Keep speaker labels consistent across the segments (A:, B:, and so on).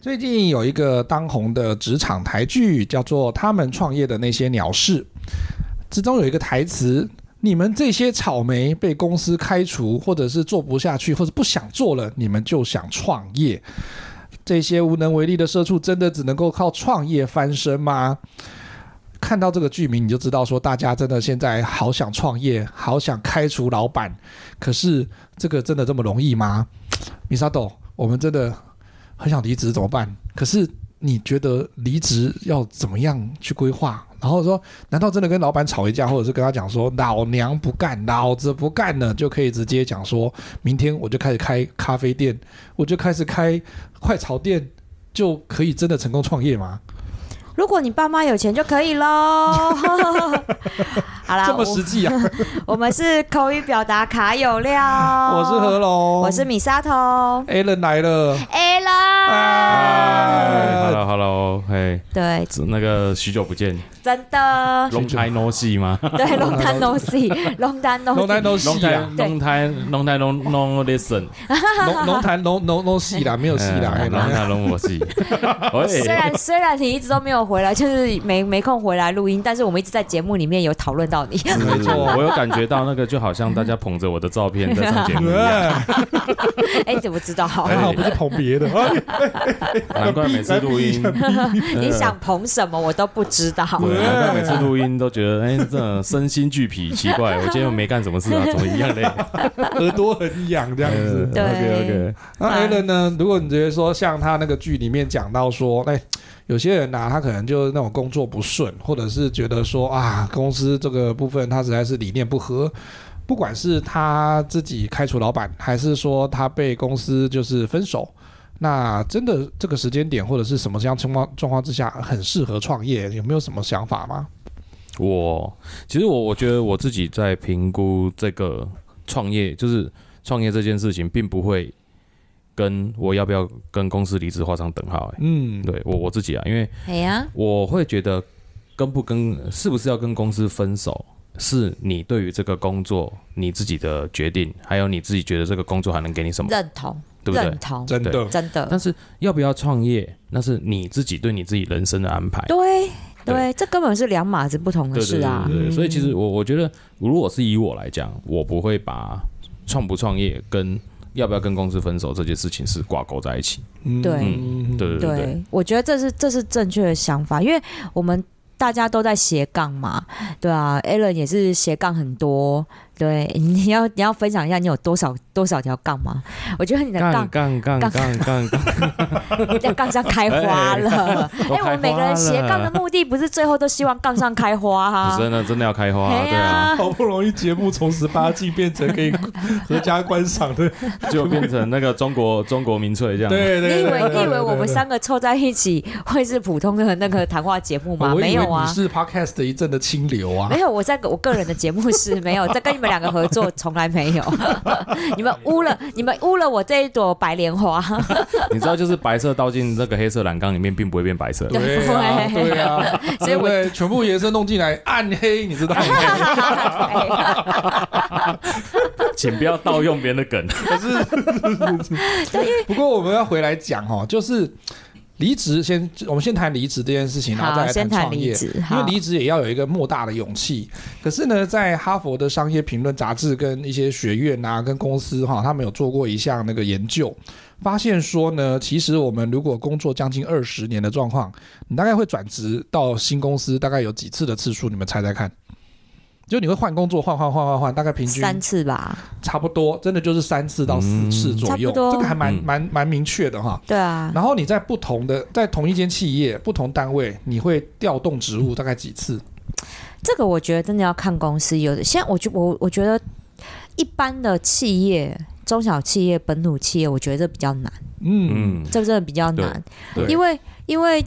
A: 最近有一个当红的职场台剧，叫做《他们创业的那些鸟事》，之中有一个台词：“你们这些草莓被公司开除，或者是做不下去，或者不想做了，你们就想创业。这些无能为力的社畜，真的只能够靠创业翻身吗？”看到这个剧名，你就知道说，大家真的现在好想创业，好想开除老板，可是这个真的这么容易吗？米沙斗，我们真的很想离职，怎么办？可是你觉得离职要怎么样去规划？然后说，难道真的跟老板吵一架，或者是跟他讲说，老娘不干，老子不干了，就可以直接讲说，明天我就开始开咖啡店，我就开始开快炒店，就可以真的成功创业吗？
B: 如果你爸妈有钱就 可以喽。好啦，
A: 这么实际啊！
B: 我我们是口语表达卡有料，
A: 我是何龙，
B: 我是米沙头
A: Alan 来了。
B: a l
A: 哎嗨
B: a
C: Hello Hello，嘿，
B: 对，
C: 那个许久不见
B: 真 的，
C: ，Long time no see 吗
B: 对，long time no see，long time no
A: No time
B: see，
A: no
C: ？Long
A: see 啊
C: time Long time Long time no no listen，呃
A: ，No No time No No No see 啦，没有 see 啦，嘿哎
C: ，Long
A: 啦
C: time no see。
B: 虽
C: 喂，
B: 然虽然你一直都没有回来，就是没没空回来录音，但是我们一直在节目里面有讨论到 你。
C: 没错，我有感觉到那个就好像大家捧着我的照片在上节目一样，
A: 哎
B: 哎，怎么知道？
A: 还好不是捧别的， 哎
C: 难怪每次录音，
B: 你想捧什么我都不知道。
C: 对，难怪每次录音都觉得哎，这身心俱疲，奇怪，我今天又没干什么事啊，怎么一样嘞？呃
A: 耳朵很痒这样子。
B: 对
C: OK，OK
A: 那
B: 哎
A: Alan 呢？如果你直接说像他那个剧里面讲到说，哎，有些人呐、他可能就是那种工作不顺，或者是觉得说啊，公司这个部分他实在是理念不合。不管是他自己开除老板，还是说他被公司就是分手，那真的这个时间点或者是什么样情况状况之下，很适合创业，有没有什么想法吗？
C: 我其实我我觉得我自己在评估这个创业，就是创业这件事情，并不会跟我要不要跟公司离职画上等号、欸。
A: 嗯，
C: 对我我自己啊，因为
B: 哎呀，
C: 我会觉得跟不跟是不是要跟公司分手，是你对于这个工作你自己的决定，还有你自己觉得这个工作还能给你什么，
B: 认同，
C: 对不对
B: 认？同，
A: 真的
C: 对，
B: 真的，
C: 但是要不要创业，那是你自己对你自己人生的安排。
B: 对
C: 对
B: 对，这根本是两码子不同的
C: 对对
B: 事啊
C: 对。对对
A: 嗯
C: 所以其实我我觉得，如果是以我来讲，我不会把创不创业跟要不要跟公司分手这件事情是挂钩在一起。
A: 嗯
B: 对
A: 嗯
C: 对对对对，
B: 对，我觉得这是这是正确的想法，因为我们大家都在斜杠嘛，对啊，Allen 也是斜杠很多，对，你要你要分享一下你有多少多少条杠吗？我觉得你的
C: 杠
B: 杠
C: 杠杠杠杠杠，
B: 要杠上开花 了，
C: 我
B: 哎，我
C: 开
B: 们每个人
C: 花
B: 斜杠的
C: 了
B: 目的不是最后都希望杠上开花哈，
C: 真的真的要开花啊，
B: 啊嘿
C: 对啊，
A: 好不容易节目从十八禁变成可以合家观赏的，
C: 就变成那个中国中国民粹这样。
A: 对对对
B: 你以为
A: 对
B: 你以为我
A: 对
B: 们
A: 对
B: 三个凑在一起会是普通的那个谈话节目吗？
A: 我以为
B: 没有啊
A: 你，是 podcast 的一阵的清流啊
B: 没。有。我在我个人的节目是没有，在跟你们两个合作从来没 有。你们污了，你们污了我这一朵白 莲花。
C: 你知道，就是白色倒进那个黑色染缸里面，并不会变白色。
A: 对啊，
B: 对
A: 对啊，
B: 所以我
A: 对不对全部颜色弄进来，暗黑，你知道吗？
C: 请不要盗用别人 的梗。
A: 不过我们要回来讲哦，就是离职先，我们先谈离职这件事情，然后再
B: 好，
A: 来
B: 先
A: 创
B: 谈
A: 业
B: 离。职。
A: 因为
B: 好，
A: 离职也要有一个莫大的勇气。可是呢，在哈佛的商业评论杂志跟一些学院啊、跟公司哈、他们有做过一项那个研究，发现说呢，其实我们如果工作将近二十年的状况，你大概会转职到新公司，大概有几次的次数？你们猜猜看？就你会换工作，换换换换换，大概平均
B: 三次吧。
A: 差不多，真的就是三次到四次左右，
B: 差不多
A: 这个还蛮
C: 嗯
A: 蛮蛮明确的哈。
B: 对啊，
A: 然后你在不同的在同一间企业、不同单位，你会调动职务大概几次？
B: 这个我觉得真的要看公司。有的现在我觉我我觉得一般的企业、中小企业、本土企业，我觉得这比较难。
A: 嗯，
C: 嗯，
B: 这真的比较
C: 对
B: 难，
A: 对
B: 因为因为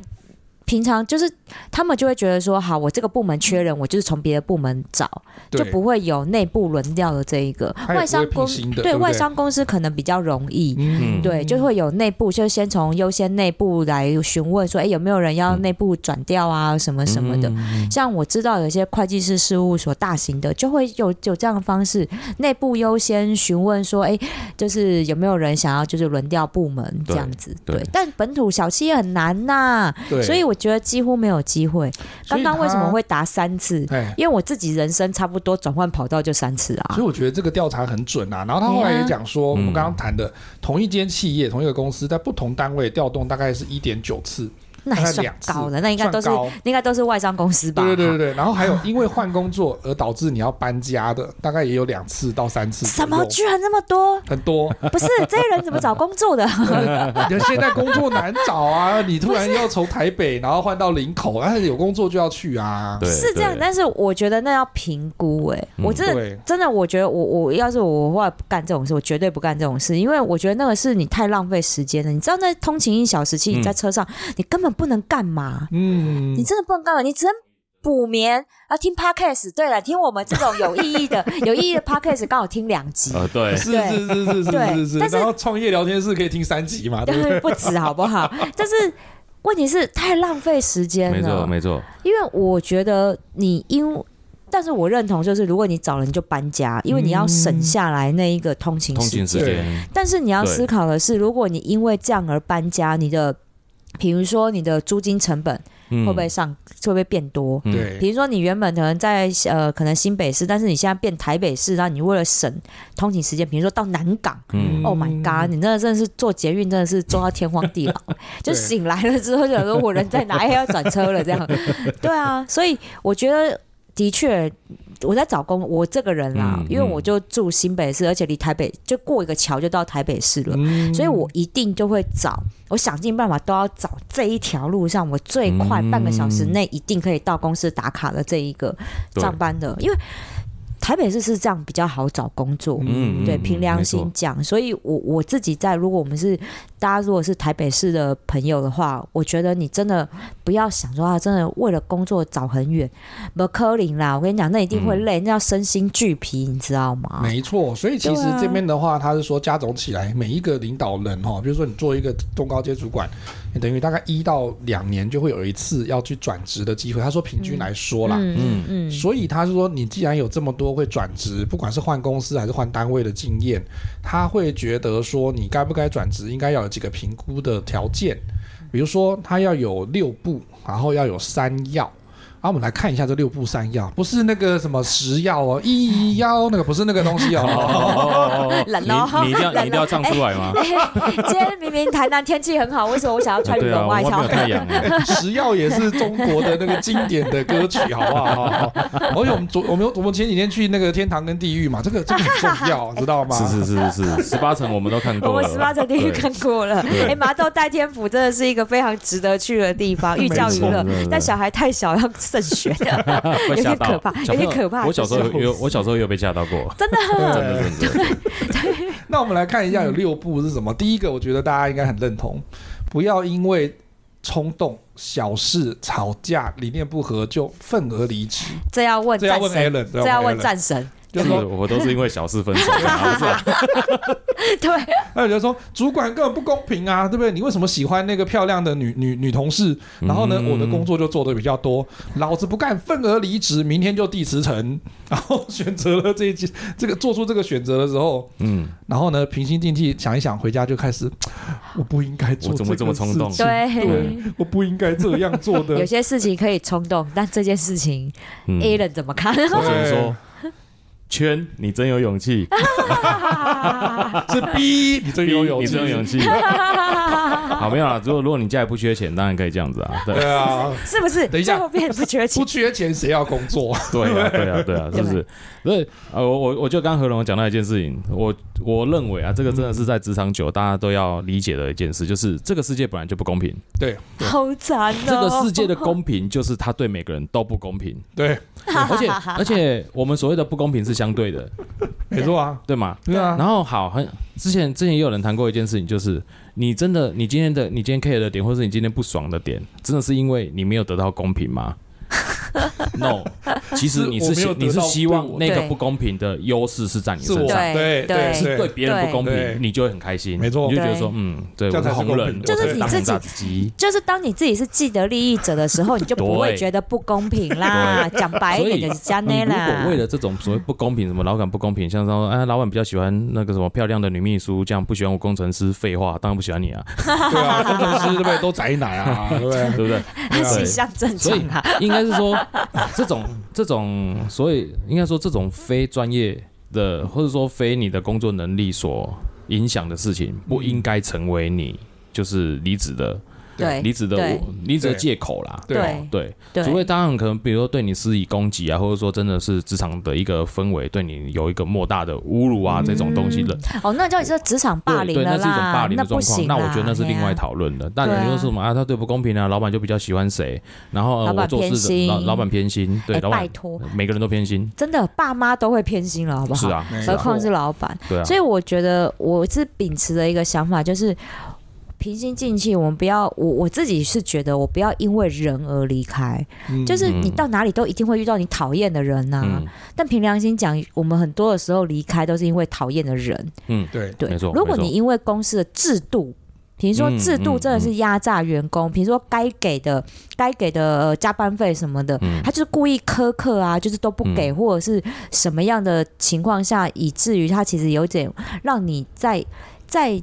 B: 平常就是他们就会觉得说，好，我这个部门缺人，我就是从别的部门找，就
A: 对
B: 不会有内部轮调的这一个。
A: 他也
B: 外商
A: 不会
B: 公
A: 拼新的对
B: 对
A: 不对
B: 外商公司可能比较容易。
A: 嗯
B: 对，就会有内部，就先从优先内部来询问说，哎，有没有人
A: 嗯
B: 要内部转调啊，什么什么的。
C: 嗯
B: 像我知道有些会计师事务所大型的，就会有有这样的方式，内部优先询问说，哎、就是有没有人想要就是轮调部门这
C: 对
B: 样子，
C: 对
B: 但本土小企业很难呐、
A: 对，
B: 所以我觉得几乎没有机会。
A: 所以
B: 刚刚为什么
A: 他
B: 会答三次？
A: 哎？
B: 因为我自己人生差不多转换跑道就三次啊
A: 所以。我觉得这个调查很准啊。然后他后来
B: 对啊
A: 也讲说，我们
C: 嗯
A: 刚刚谈的同一间企业、同一个公司，在不同单位调动大概是一点九次，
B: 那还
A: 大概
B: 算
A: 两次
B: 高了，那应该都是
A: 算高
B: 应该都是外商公司吧？
A: 对对对对 对，然后还有因为换工作而导致你要搬家的，大概也有两次到三次左
B: 什
A: 右，
B: 么居然那么多？
A: 很多。
B: 不是这些人怎么找工作的？
A: 你现在工作难找啊，你突然要从台北然后换到林口，但是有工作就要去啊。
C: 对
B: 是这样，
C: 对
B: 但是我觉得那要评估哎、
C: 嗯
B: 我真的、
A: 对
B: 真的，我觉得我我要是我我不干这种事，我绝对不干这种事，因为我觉得那个是你太浪费时间了。你知道那通勤一小时，其实你在车上、你根本不能干嘛，
A: 嗯
B: 你，真的不能干嘛，你只能。补眠啊，听 podcast。对了，听我们这种有意义的、有意义的 podcast，刚好听两集，
C: 呃，对，
A: 是
B: 对
A: 是是是是
B: 对
A: 是是。
B: 但是
A: 然后创业聊天室可以听三集嘛，对不对？
B: 不止好不好？但是问题是太浪费时间了。
C: 没错没错，
B: 因为我觉得你因，但是我认同就是，如果你找人就搬家，因为你要省下来那一个通勤
C: 通
B: 时
C: 勤
B: 间。
C: 时间，
B: 但是你要
C: 对
B: 思考的是，如果你因为这样而搬家，你的比如说你的租金成本
C: 会
B: 会不会上、会不会变多？
C: 嗯
A: 对
B: 比如说你原本可能在呃可能新北市，但是你现在变台北市，然后你为了省通勤时间，比如说到南港。
C: 嗯
B: Oh my god！你真的真的是坐捷运，真的是坐到天荒地 老， 就醒来了之后就想说我人在哪？哎，要转车了这 样。对啊，所以我觉得的确我在找工，我这个人啦，
C: 嗯
B: 因为
C: 嗯
B: 我就住新北市，而且离台北就过一个桥就到台北市了，
A: 嗯
B: 所以我一定就会找，我想尽办法都要找这一条路上我最快
C: 嗯
B: 半个小时内一定可以到公司打卡的这一个
C: 对
B: 上班的，因为台北市是这样比较好找工作。
C: 嗯
B: 对，凭良，
C: 没
B: 心
C: 错
B: 讲，所以我我自己在，如果我们是大家如果是台北市的朋友的话，我觉得你真的不要想说啊，真的为了工作找很远，不可能啦！我跟你讲，那一定会
C: 嗯
B: 累，那要身心俱疲，你知道吗？
A: 没错，所以其实
B: 对啊
A: 这边的话，他是说加总起来，每一个领导人哈，比如说你做一个中高阶主管，你等于大概一到两年就会有一次要去转职的机会。他说平均来说啦，
B: 嗯
C: 嗯
B: 嗯，
A: 所以他是说你既然有这么多会转职，不管是换公司还是换单位的经验，他会觉得说你该不该转职，应该要有几个评估的条件，比如说他要有六步，然后要有三要。啊然后我们来看一下这六步三要，不是那个什么十要哦，一要那个不是那个东西 哦。
C: 哦
B: 懒
C: 你
B: 咯
C: 你一定要你一定要
B: 懒咯
C: 唱出来吗？
B: 哎今天明明台南天气很好，为什么我想要穿羽
C: 对啊，
B: 绒
C: 我
B: 外
C: 外面
B: 套
C: 有？太阳欸，
A: 食药也是中国的那个经典的歌曲，好不好？而且我们昨我们我们前几天去那个天堂跟地狱嘛，这个这个很重要，知道吗？
C: 是是是是，十八层我们都看
B: 我
C: 过了，
B: 们十八层地狱
C: 对
B: 看过了，
C: 对
B: 哎、麻豆代天府真的是一个非常值得去的地方，寓教于
C: 没错
B: 乐
C: 对对。
B: 但小孩太小，要慎选。
C: 会吓到
B: 有点可怕
C: 小
B: 有
C: 朋友
B: 点可怕
C: 我小时候
A: 就是
C: 有，我小时候有被吓到过，真的
A: 对。
C: 真的真的。
A: 那我们来看一下
B: 嗯
A: 有六步是什么。第一个，我觉得大家应该很认同，不要因为冲动、小事、吵架、理念不合就愤而离职。
B: 这要问
A: 这要
B: 战
A: 问
B: 神，
A: Alan，
B: 这要问
A: Alan
B: 战嗯神。
A: 就是
C: 是
A: 说，
C: 我都是因为小事分手的，然后是
B: 对，
A: 还有人说主管根本不公平啊，对不对？你为什么喜欢那个漂亮的女女女同事？然后呢，
C: 嗯
A: 我的工作就做的比较多，老子不干，愤而离职，明天就递辞呈。然后选择了这一季这个做出这个选择的时候，
C: 嗯，
A: 然后呢，平心静气想一想，回家就开始， 我不应该做
C: 我怎么
A: 个
C: 这么冲
A: 事
C: 动
A: 情
B: 对
A: 对，我不应该这样做的
B: 有。些事情可以冲动，但这件事情
C: 嗯
B: A 人怎么 看？
C: 我只能说，圈你真有勇气，
A: 是 B，你真有勇
C: 你
A: 气
C: 真，有勇气。好，没有啦，如果如果你家里不缺钱，当然可以这样子啊。对
A: 对啊，
B: 是不是？
A: 等一下
B: 最后变得不缺
A: 不
B: 钱。
A: 缺钱谁要工作？
C: 对啊，对啊，对啊，是不是？所以呃，我我我就刚刚何龙讲到一件事情，我我认为啊，这个真的是在职场久，大家都要理解的一件事，就是这个世界本来就不公平，
A: 对对
B: 好惨哦！
C: 这个世界的公平就是它对每个人都不公平，
A: 对，
C: 而且而且我们所谓的不公平是相对的，
A: 没错啊，
C: 对吗？
A: 对啊，
C: 然后好，很之前之前也有人谈过一件事情，就是你真的你今天的你今天 care 的点，或是你今天不爽的点，真的是因为你没有得到公平吗？No，其实你
A: 是我
C: 是
A: 没有
C: 希
A: 得到
C: 你是希
A: 对
C: 望
A: 我
C: 那个
B: 对
C: 不公平的优势是在你
A: 是
C: 身
A: 我啊
C: 上，
A: 对
B: 对
A: 对
B: 对
C: 对别人不公
A: 对
C: 平，你就会很开心，
A: 没错
C: 你就觉得
B: 对
C: 说嗯，对，
A: 这样
C: 我
A: 才
C: 是
A: 是
C: 红
A: 公
C: 人
A: 平，的
B: 就是
C: 我才
B: 你
C: 当
B: 自
C: 红
B: 己
C: 炸子鸡。
B: 就是当你自己是既得利益者的时候，你就不会
C: 对
B: 觉得不公平 啦。讲白一点就是这样
C: 你如
B: 啦。
C: 果为了这种所谓不公平，什么老板不公平，像说啊，老板比较喜欢那个什么漂亮的女秘书，这样不喜欢我工程师，废话，当然不喜欢你啊，
A: 对 啊，工程师对不对都宅男 啊，对不对？
C: 对不对？
B: 他
A: 对
B: 形象正
C: 所以
B: 常啦，啊
C: 应该是说这种这种，所以应该说这种非专业的，或者说非你的工作能力所影响的事情，不应该成为你就是离职的
B: 对
C: 离职的
B: 对
C: 离职的
A: 对
C: 借口啦。
B: 对
C: 对，除非
B: 对
C: 当然可能，比如说对你施以攻击啊，或者说真的是职场的一个氛围对你有一个莫大的侮辱啊，这种东西的，
B: 哦，那叫你是职场霸凌
C: 对对，那
B: 了
C: 是一种霸
B: 啦，
C: 凌的
B: 不
C: 状况
B: 行。
C: 那
B: 啦。
C: 我觉得那是另
B: 嘿
C: 外
B: 啊
C: 讨论的。但
B: 对啊
C: 你说什么啊，他对不公平啊，老板就比较喜欢谁，然后呃
B: 老
C: 我
B: 板
C: 做
B: 偏
C: 事的
B: 心
C: 老老板偏心，对，
B: 哎
C: 老
B: 拜
C: 板
B: 托，
C: 每个人都偏心，
B: 真的爸妈都会偏心了，好不好？
C: 是啊，
A: 没
C: 是
B: 何
C: 啊，
B: 况是老板。
C: 对啊，
B: 所以我觉得我是秉持的一个想法，就是平心静气，我们不要我我自己是觉得我不要因为人而离开，
A: 嗯
B: 就是你
C: 嗯
B: 到哪里都一定会遇到你讨厌的人呐、
C: 嗯
B: 但凭良心讲，我们很多的时候离开都是因为讨厌的人。
C: 嗯，
A: 对
B: 对，
C: 没错
B: 如果
C: 没错
B: 你因为公司的制度，比如说
C: 嗯
B: 制度真的是压榨员工，比如说该给的、该给的呃加班费什么的，
C: 嗯
B: 他就是故意苛刻啊，就是都不给，
C: 嗯
B: 或者是什么样的情况下，以至于他其实有点让你在在。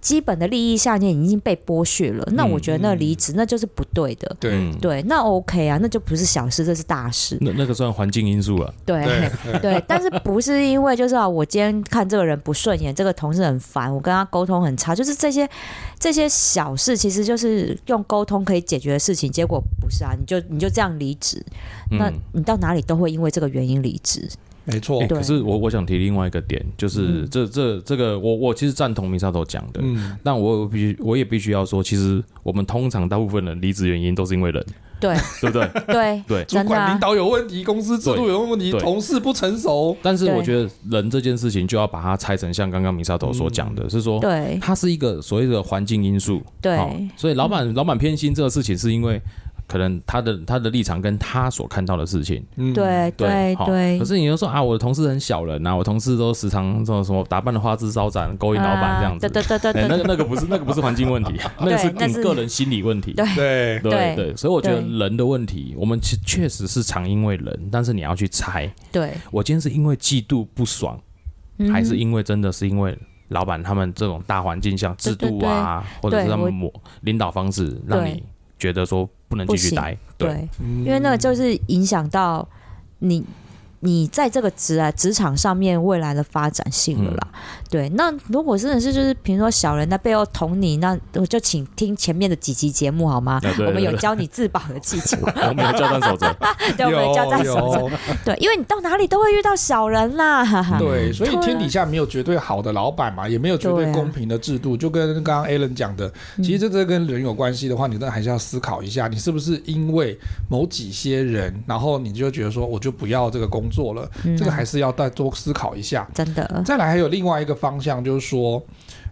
B: 基本的利益下面已经被剥削了，那
C: 嗯
B: 我觉得那离职那就是不对的，
A: 对
C: 嗯
B: 对，那 OK 啊，那就不是小事，这是大事，
C: 那那个算环境因素了，
B: 对，
A: 对对
B: 对，但是不是因为就是啊，我今天看这个人不顺眼，这个同事很烦，我跟他沟通很差，就是这些这些小事，其实就是用沟通可以解决的事情，结果不是啊，你就你就这样离职，那
C: 嗯
B: 你到哪里都会因为这个原因离职，
A: 没错
C: 欸。
B: 对嗯
C: 可是我我想提另外一个点，就是这这这个我我其实赞同米莎头讲的，
A: 嗯，
C: 但我必须我也必须要说，其实我们通常大部分人离职原因都是因为人，
B: 对
C: 对不对？
B: 对
C: 对。
A: 主
B: 真的
A: 管
B: 啊
A: 领导有问题，公司制度有问题，
C: 对对
A: 同事不成熟，
C: 但是
B: 对
C: 我觉得人这件事情就要把它拆成像刚刚米沙头所讲的，是说
B: 嗯对
C: 它是一个所谓的环境因素，好嗯
B: 对嗯
C: 所以老板老板偏心这个事情是因为可能他的他的立场跟他所看到的事情。
A: 嗯，
B: 对对
C: 好
B: 对
C: 可，是你又说啊，我的同事很小人啊，我同事都时常这种什么打扮的花枝招展，勾引老板这样子。
B: 啊对对对对
C: 哎那个
B: 对
C: 那个不是那个不是环境 问题，那个是
B: 那
C: 你
B: 是
C: 个人心理问题。
B: 对
A: 对
C: 对
B: 对
C: 对，所以我觉得
B: 对
C: 人的问题，我们其确实是常因为人，但是你要去猜，
B: 对，
C: 我今天是因为嫉妒不爽，
B: 嗯
C: 还是因为真的是因为老板他们这种大环境下制度啊，或者是他们模领导方式，让
B: 对
C: 你觉得说不能继续待，对
B: 对，
A: 嗯
B: 因为那个就是影响到你。你在这个职啊职场上面未来的发展性了
A: 嗯
B: 啦，对。那如果真的是就是，比如说小人在背后捅你，那我就请听前面的几集节目好吗？
C: 啊对
B: 我们有
C: 对对
B: 教你自保的技巧，
C: 我们有交战守则，
B: 对，我们有教在手上。
A: 有
B: 对，因为你到哪里都会遇到小人啦，哈哈。
A: 对，所以
B: 对啊
A: 天底下没有绝对好的老板嘛，也没有绝对
B: 对啊
A: 公平的制度。就跟刚刚 Alan 讲的，啊嗯其实这这跟人有关系的话，你真的还是要思考一下，你是不是因为某几些人，然后你就觉得说我就不要这个工作了，
B: 嗯
A: 这个还是要再多思考一下。
B: 真的，
A: 再来还有另外一个方向，就是说，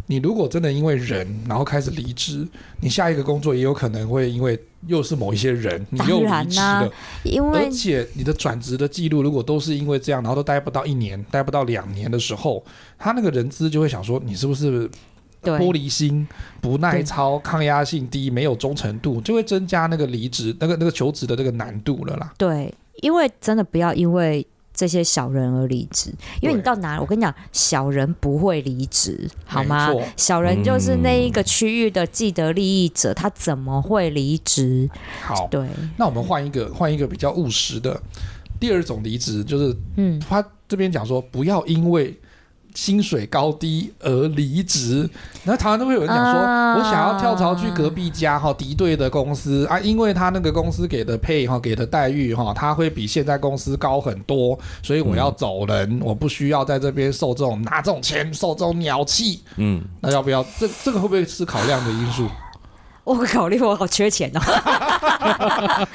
A: 你如果真的因为人然后开始离职，你下一个工作也有可能会因为又是某一些人，你又
B: 当然
A: 离职
B: 啦
A: 了。
B: 因为
A: 而且你的转职的记录如果都是因为这样，然后都待不到一年、待不到两年的时候，他那个人资就会想说你是不是
B: 对
A: 玻璃心、不耐操、抗压性低、没有忠诚度，就会增加那个离职、那个那个求职的这个难度了啦。
B: 对，因为真的不要因为这些小人而离职，因为你
A: 对
B: 到哪，我跟你讲，小人不会离职，好吗
A: 没错？
B: 小人就是那一个区域的既得利益者，他怎么会离职？
A: 好，
B: 对，
A: 那我们换一个，换一个比较务实的。第二种离职就是
B: 嗯，
A: 他这边讲说，不要因为薪水高低而离职。然后台湾都会有人讲说，
B: 啊
A: 我想要跳槽去隔壁家哈敌对的公司啊，因为他那个公司给的配哈给的待遇哈，他会比现在公司高很多，所以我要走人，我不需要在这边受这种拿这种钱受这种鸟气。
C: 嗯，
A: 那要不要这这个会不会是考量的因素？
B: 我考哦虑我好缺钱哦。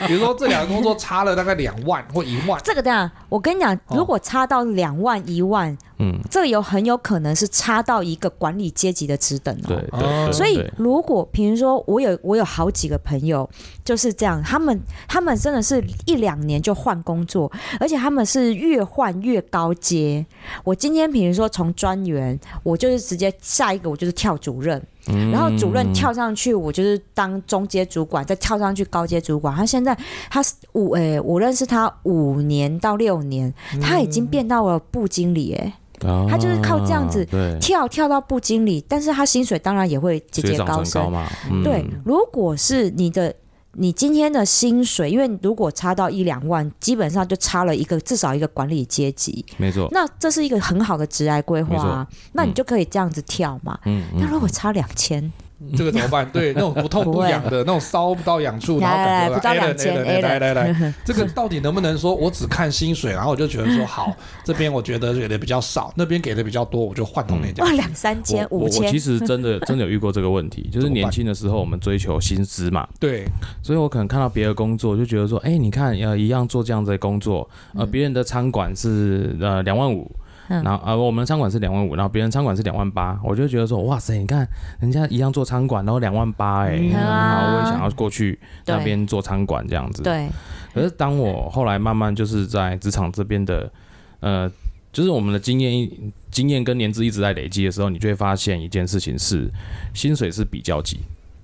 A: 比如说这两个工作差了大概两万或一万，
B: 这个当然，我跟你讲，
A: 哦
B: 如果差到两万一万，
C: 嗯，
B: 这个有很有可能是差到一个管理阶级的职等哦。
C: 对对
A: 哦
C: 对，
B: 所以
C: 对，
B: 如果比如说我有我有好几个朋友就是这样，他们他们真的是一两年就换工作，而且他们是越换越高阶。我今天比如说从专员，我就是直接下一个我就是跳主任，
C: 嗯
B: 然后主任跳上去，我就是当中阶主管，再跳上去高阶主管。他现在他是五诶、我认识他五年到六年，
C: 嗯
B: 他已经变到了部经理诶、
C: 啊
B: 他就是靠这样子
C: 对
B: 跳跳到部经理，但是他薪水当然也会节节
C: 水涨
B: 高
C: 船
B: 升
C: 高。嘛，嗯
B: 对，如果是你的你今天的薪水，因为如果差到一两万，基本上就差了一个至少一个管理阶级，
C: 没错，
B: 那这是一个很好的职涯规划啊，那你就可以这样子跳嘛。
C: 嗯
B: 那
C: 嗯，
B: 如果差两千，
A: 这个怎么办？对，那种不痛不痒的那种烧不到痒处，然后感觉
B: 来来来
A: 哎来来来来来，这个到底能不能说我只看薪水，然后我就觉得说好，这边我觉得给的比较少，那边给的比较多，我就换到那家
B: 哇，。两三千、
C: 我我
B: 五
C: 我其
B: 千，
C: 实 真的真的有遇过这个问题，
A: 怎
C: 就
A: 么
C: 是
A: 办
C: 年轻的时候我们追求薪资嘛，
A: 对，
C: 所以我可能看到别的工作，就觉得说，哎、你看，呃，一样做这样子的工作，呃，别人的餐馆是呃两万五。
B: 嗯
C: 然后呃，我们餐馆是两万五，然后别人餐馆是两万八，我就觉得说，哇塞，你看人家一样做餐馆，然后两万八，哎，
A: 嗯
C: 然后我也想要过去
B: 对
C: 那边做餐馆这样子。。
B: 对，
C: 可是当我后来慢慢就是在职场这边的，呃，就是我们的经验一经验跟年资一直在累积的时候，你就会发现一件事情是，薪水是比较级。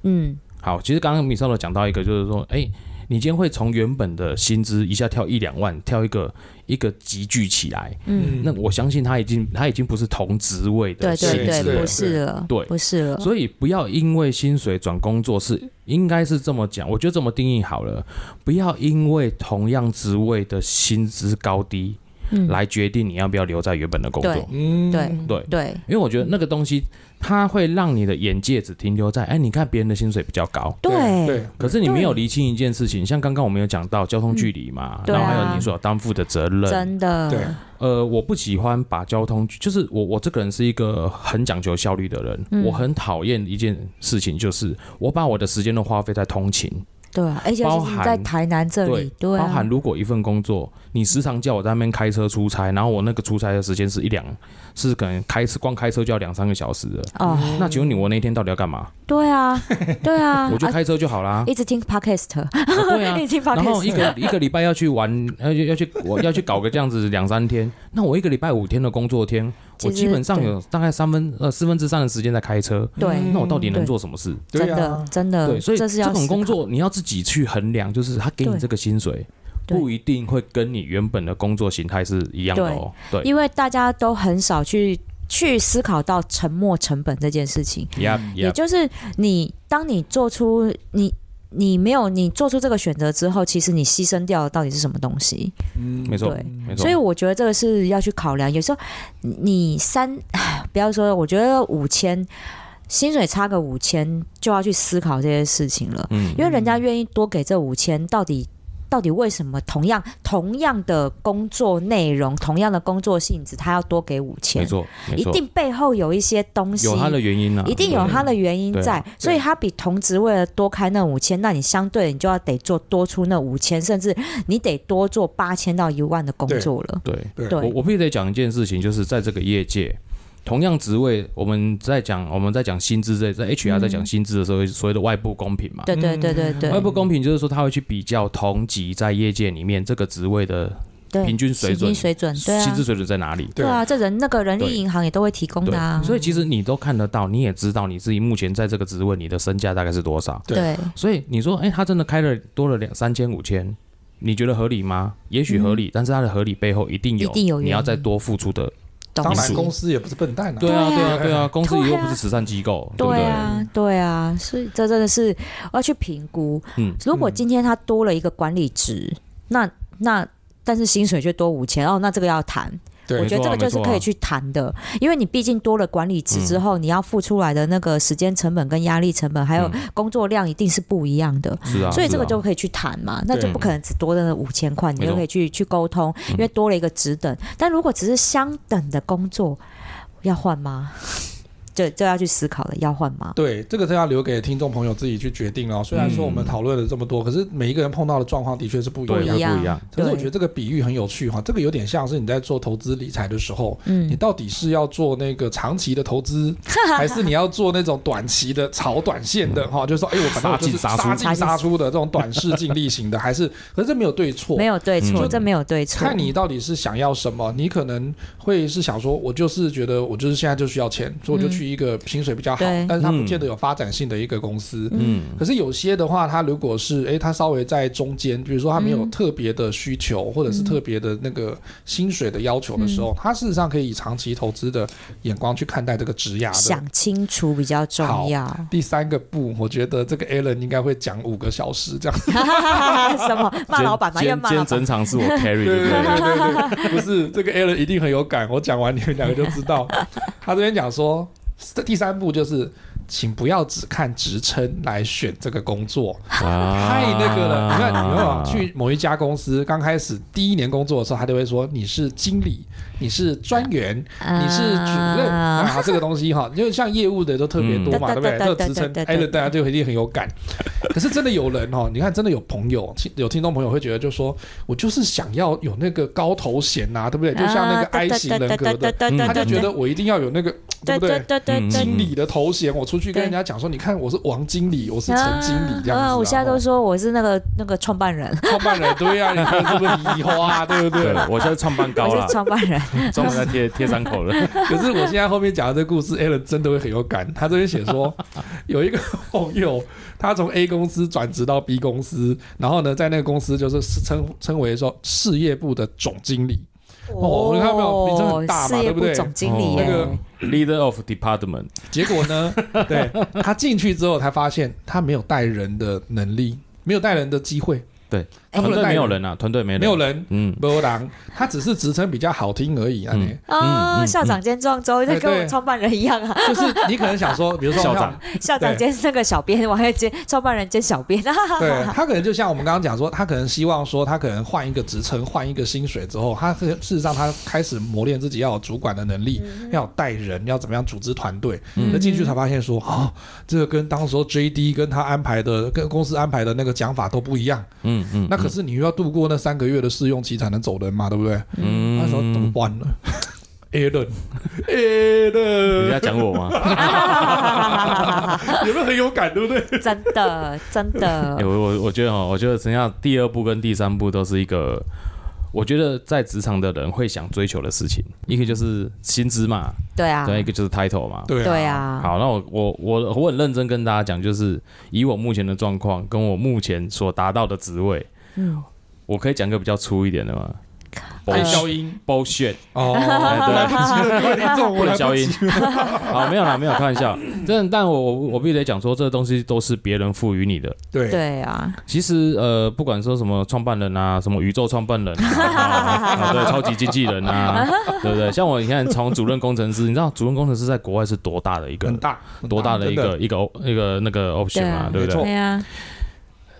B: 嗯，
C: 好，其实刚刚米少的讲到一个，就是说，哎、你今天会从原本的薪资一下跳一两万，跳一个一个急剧起来，
A: 嗯
C: 那我相信他已经他已经不是同职位的
B: 对
C: 薪资
B: 对对，
C: 了。
A: 对
B: 不是了，
C: 对
B: 不是了，
C: 所以不要因为薪水转工作是应该是这么讲，我觉得这么定义好了，不要因为同样职位的薪资高低
B: 嗯，
C: 来决定你要不要留在原本的工
B: 对
C: 作。
A: 嗯
B: 对
C: 对，
B: 对
C: 因为我觉得那个东西它会让你的眼界只停留在，哎，你看别人的薪水比较高，
A: 对，
C: 可是你没有厘清一件事情，像刚刚我们有讲到交通距离嘛，
B: 对啊
C: 然后还有你所担负的责任。
B: 真的，
A: 对
C: 呃，我不喜欢把交通，就是我我这个人是一个很讲究效率的人，
B: 嗯
C: 我很讨厌一件事情，就是我把我的时间都花费在通勤，
B: 对啊，而且
C: 包
B: 是在
C: 含
B: 台南这里，对啊，
C: 包含如果一份工作你时常叫我在那边开车出差，然后我那个出差的时间是一两，是可能开车光开车就要两三个小时的，
B: 哦，
C: 那请问你我那天到底要干嘛？
B: 对啊，对啊，
C: 我就
B: 啊哎
C: 开车就好啦。
B: 一直听 podcast，
C: 对啊，
B: 一直听 podcast，
C: 然后一个一个礼拜要去玩， 要要去我要去搞个这样子两三天，那我一个礼拜五天的工作天，
B: 其
C: 我
B: 实
C: 基本上有大概三分呃四分之三的时间在开车，
B: 对
C: 那我到底能
B: 对
C: 做什么事？
B: 真
A: 对
B: 的
A: 啊，
B: 真的，
C: 嗯对，所
B: 嗯
C: 以
B: 这是要
C: 种
B: 思考
C: 工，作你要自己去衡量，就是他给你
B: 对
C: 这个薪水。
B: 对
C: 不一定会跟你原本的工作形态是一样的哦。对，
B: 因为大家都很少去去思考到沉没成本这件事情，
C: 呀
B: 也
C: 呀，
B: 就是你当你做出你。你没有，你做出这个选择之后，其实你牺牲掉的到底是什么东西？
A: 嗯
C: 没错
B: 对，
C: 没错。
B: 所以我觉得这个是要去考量。有时候你三， 唉不要说，我觉得五千薪水差个五千，就要去思考这些事情了。
C: 嗯，
B: 因为人家愿意多给这五千，到底到底为什么同样同样的工作内容、同样的工作性质，他要多给五
C: 没
B: 千？
C: 错，没
B: 一
C: 错，
B: 定背后有一些东西，
C: 有他的原因呢，
B: 一定有他的原因
C: 对
B: 在，所以他比同职为了多开那五千，那你相对你就要得做多出那五千，甚至你得多做八千到一万的工作了。
C: 对。
A: 对
C: 对
B: 对
C: 我我必须得讲一件事情，就是在这个业界，同样职位，我们在讲我们在讲薪资在在 HR 在讲薪资的时候，所谓的外部公平嘛。
B: 嗯对对对对
C: 外
B: 对
C: 部公平就是说，他会去比较同级在业界里面这个职位的
B: 对，
C: 平均水准
B: 平均水准，对
C: 薪
B: 啊
C: 资，水准在哪里。
B: 对啊，这人那个人
C: 对
B: 力银行也都会提供的啊
C: 对，，所以其实你都看得到，你也知道你自己目前在这个职位你的身价大概是多少。
A: 对
B: 对
C: 所以你说，哎、他真的开了多了两三千五千，你觉得合理吗？也许合理，但是他的合理背后一定
B: 嗯
C: 有
B: 一定有原因
C: 你要再多付出的。
B: 懂
A: 当
B: 事
A: 然公司也不是笨蛋啊，
C: 对啊，对啊，对啊，公司
B: 对啊
C: 又不是慈善机构，对不
B: 对
C: 对？
B: 啊，对啊，所以这真的是我要去评估。
C: 嗯
B: 如果今天他多了一个管理职，那那但是薪水却多五千，哦，那这个要谈。
A: 对
B: 我觉得这个
C: 没错
B: 就
C: 啊
B: 是可
C: 没错啊
B: 以去谈的，因为你毕竟多了管理职
C: 嗯
B: 之后，你要付出来的那个时间成本、跟压力成本，还有
C: 嗯
B: 工作量一定是不一样的。
C: 是啊，
B: 所以这个
C: 是啊
B: 就可以去谈嘛，那就
A: 对嗯
B: 不可能只多那五千块，你
C: 没
B: 就
C: 错
B: 可以去去沟通，因为多了一个职等。但如果只是相等的工作，要换吗？ 就就要去思考了，要换吗？
A: 对，这个是要留给听众朋友自己去决定哦。虽然说我们讨论了这么多，可是每一个人碰到的状况的确是不一
C: 对，
A: 样
B: 一
A: 的
C: 会。不一样。
A: 可是我
B: 对
A: 觉得这个比喻很有趣哈，这个有点像是你在做投资理财的时候，你
B: 嗯，
A: 到底是要做那个长期的投 资，还是你要做那种短期的 炒短线的哈？就是说，哎，我反正我就是
C: 杀进杀出
A: 杀进杀出的这种短视近利型的，还 是可是这没有对错，
B: 没有对错，
C: 嗯
B: 这没有对错。
A: 看你到底是想要什么，你可能会是想说，我就是觉得我就是现在就需要钱，所以我就去一个薪水比较好，
B: 嗯对
A: 但是它不见得有发展性的一个公司。
C: 嗯，
A: 可是有些的话，它如果是诶，它稍微在中间，比如说它没有特别的需求，或者是特别的那个薪水的要求的时候，它事实上可以以长期投资的眼光去看待这个职涯的。
B: 想清楚比较重要。
A: 第三个步，我觉得这个 Alan 应该会讲五个小时这样。
B: 什么骂
C: 今
B: 老板吗？
C: 今
B: 要
C: 天
B: 骂
C: 今
B: 老板
C: 天整。场是我 carry，
A: 对
C: 对不
A: 对
C: 对？
A: 对对对，不是这个 Alan 一定很有感，我讲完你们两个就知道。 他这边讲说，这第三步就是，请不要只看职称来选这个工作，太
C: 太
A: 那个了。
B: 啊
A: 你看，你有没有去某一家公司刚开始第一年工作的时候，他就会说你是经理，你是专员，你是主任
B: 啊
A: 啊，这个东西哈，因为像业务的都特别多嘛，对
B: 嗯
A: 不对？
B: 对对
A: 这
B: 对
A: 个职称
B: 对对对
A: ，Alan 大家就一定很有感。可是真的有人哦，你看真的有朋友，听有听众朋友会觉得，就说我就是想要有那个高头衔呐、对不对？就像那个 I 型人格的，
B: 啊对对对对
A: 他
B: 对
A: 就
B: 对
A: 觉得我一定要有那个，对
B: 对
A: 不
B: 对
A: 对？
B: 对对对。
C: 嗯
A: 经理的头衔，我出去跟人家讲说，你看我是王经理，我是陈经理这样子、哦
B: 啊，我现在都
A: 是
B: 说我是那个那个创办人，
A: 创办人，对呀、你看是不是移花、啊， 对不对？
C: 对我现在创办高
B: 我
C: 了
B: 是，创办人。
C: 专门在贴贴伤口了。
A: 可是我现在后面讲的这故事，Alan 真的会很有感。他这边写说， 有一个朋友，他从 A 公司转职到 B 公司，然后呢，在那个公司就是称称为说事业部的总经理。哦你看到没有名声很大嘛
B: 事业部
A: 对不对
B: 总经理
A: 那
B: 耶，
A: 个
C: 哦 leader of department，
A: 结果 呢，对他进去之后才发现，他没有带人的能力，没有带人的机会，
B: 哎
A: 他不
C: 团
A: 能
C: 队
A: 带
C: 没有
A: 人
C: 人啊，团队没人，
A: 没有，人。
C: 嗯，
A: 波浪，他只是职称比较好听而已啊！你、
B: 啊，
C: 嗯嗯
B: 校长兼撞周，
A: 哎
B: 就跟
A: 对
B: 我创办人一样啊。
A: 就是你可能想说，比如说
C: 校
A: 像
C: 长
B: 校长兼那个小编，我还兼创办人兼小编，啊
A: 对他可能就像我们刚刚讲说，他可能希望说，他可能换一个职称、换一个薪水之后，他是事实上他开始磨练自己要有主管的能力，要有带人，要怎么样组织团队。那进去才发现说，哦，这个跟当时候 JD 跟他安排的、跟公司安排的那个讲法都不一样。
C: 嗯嗯，
A: 那可是你又要度过那三个月的试用期才能走人嘛，对不对？
C: 嗯
A: 那时候怎么办呢 a l a n
C: 你
A: a l
C: 在
A: a
C: 讲我 吗？
A: n 有没有很有感，对不对？
B: 真的真
C: 哎
B: 的
C: 我我我觉得哦，我觉得陈下第二步跟第三步都是一个，我觉得在职场的人会想追求的事情，一个就是薪资嘛，
B: 对啊，
C: 对，一个就是 title 嘛。
A: 对
B: 对，啊，
C: 好，那我我我我很认真跟大家讲，就是以我目前的状况，跟我目前所达到的职位，
B: 嗯，
C: 我可以讲个比较粗一点的吗
A: 爱
C: ？bullshit
A: 消音
C: bullshit，
A: 哦，
C: 哎 对
A: 来 不及了，各位听众，我
C: 不
A: 来
C: 能
A: 不
C: 消
A: 及
C: 音。 好，没有啦，没有开玩笑。但但我我我必须得讲说，这东西都是别人赋予你的。
A: 对
B: 对啊，
C: 其实呃，不管说什么创办人啊，什么宇宙创办人啊啊，对，超级经纪人啊，对不对？像我你看，从主任工程师，你知道主任工程师在国外是多大的一个
A: 很大，很
C: 多啊大的一
A: 真
C: 个一个一个那个 option 嘛，
A: 对啊
C: 对
A: 没
C: 不
A: 错
C: 对？
B: 对啊，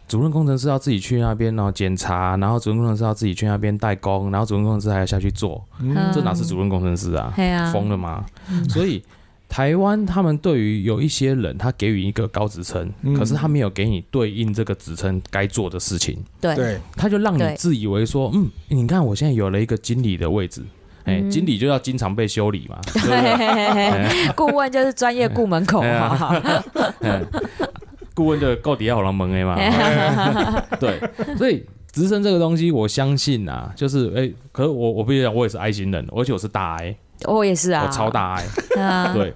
C: 主任工程师要自己去那边然后检查，然后主任工程师要自己去那边代工，然后主任工程师还要下去做，
B: 嗯
C: 这哪是主任工程师啊？
B: 对啊，
C: 疯了吗？所以台湾他们对于有一些人，他给予一个高职称，
A: 嗯
C: 可是他没有给你对应这个职称该做的事情，
B: 对，
A: 对，
C: 他就让你
B: 对
C: 自以为说，嗯，你看我现在有了一个经理的位置，哎、经理就要经常被修理嘛，对不对？
B: 对，顾问就是专业顾门口
C: 哎呀
B: 嘛，
C: 哎顾问的到底要好狼门 A
B: 哎
C: 嘛，对，所以。职称这个东西，我相信啊，就是哎、可是我我必须讲，我也是 I 型人，而且我是大 I，、
B: 我也是啊，
C: 我超大 I，
B: 啊，
C: 对，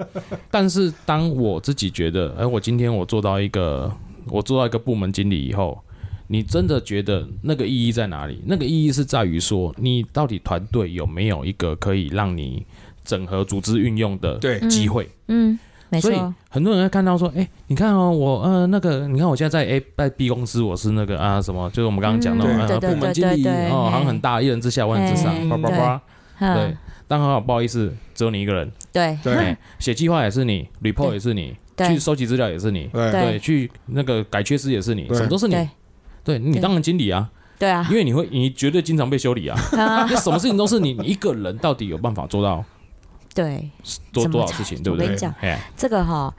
C: 但是当我自己觉得，哎、我今天我做到一个，我做到一个部门经理以后，你真的觉得那个意义在哪里？那个意义是在于说，你到底团队有没有一个可以让你整合组织运用的
A: 对
C: 机会？
B: 嗯，没
C: 所以
B: 错，
C: 很多人会看到说，哎、你看哦，我呃那个，你看我现在在 A 在 B 公司，我是那个啊什么，就是我们刚刚讲的、
A: 嗯
C: 呃
B: 对对
C: 部门经
B: 对
C: 理
B: 对对
C: 哦，好像
B: 嘿
C: 很大，一人之下万人之上，
A: 嘿
C: 叭叭叭，对
B: 嗯，。
C: 但很好，不好意思，只有你一个人。
B: 对
A: 对
C: 哎，写计划也是你，report
B: 对
C: 也是你，
B: 对
C: 去收集资料也是你，
A: 对
C: 对，去那个改缺失也是你，
A: 对
C: 什么都是你
B: 对。
C: 对你
B: 对
C: 当然经理啊，
B: 对啊，
C: 因为 啊你会，你绝对经常被修理啊，你什么事情都是你，你一个人到底有办法做到
B: 对，
C: 做
B: 怎么
C: 多少
B: 查
C: 事情，对不
A: 我跟
C: 对
A: 你
B: 讲？
C: 哎，
B: 这个哈，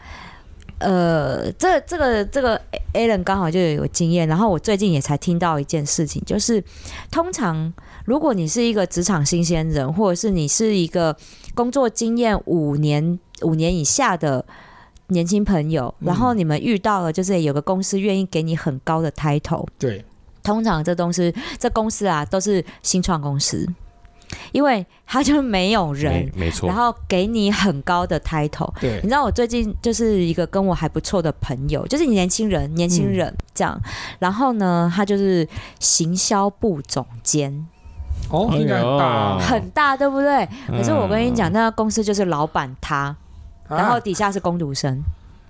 B: 呃，这这个这个 a l a n 刚好就有经验，然后我最近也才听到一件事情，就是通常如果你是一个职场新鲜人，或者是你是一个工作经验五年五年以下的。年轻朋友，然后你们遇到了，就是有个公司愿意给你很高的 title，
A: 对，
B: 通常这东西这公司啊都是新创公司，因为它就没有人
C: 没，没错
B: 然，后给你很高的 title，
A: 对
B: 你，知道我最近就是一个跟我还不错的朋友，就是年轻人，年轻人
C: 嗯
B: 这样。然后呢，他就是行销部总监，
A: 哦，应该很大啊，
C: 哦
B: 很大，对不对？可是我跟你
C: 嗯
B: 讲，那个公司就是老板他，然后
A: 啊
B: 底下是工读生，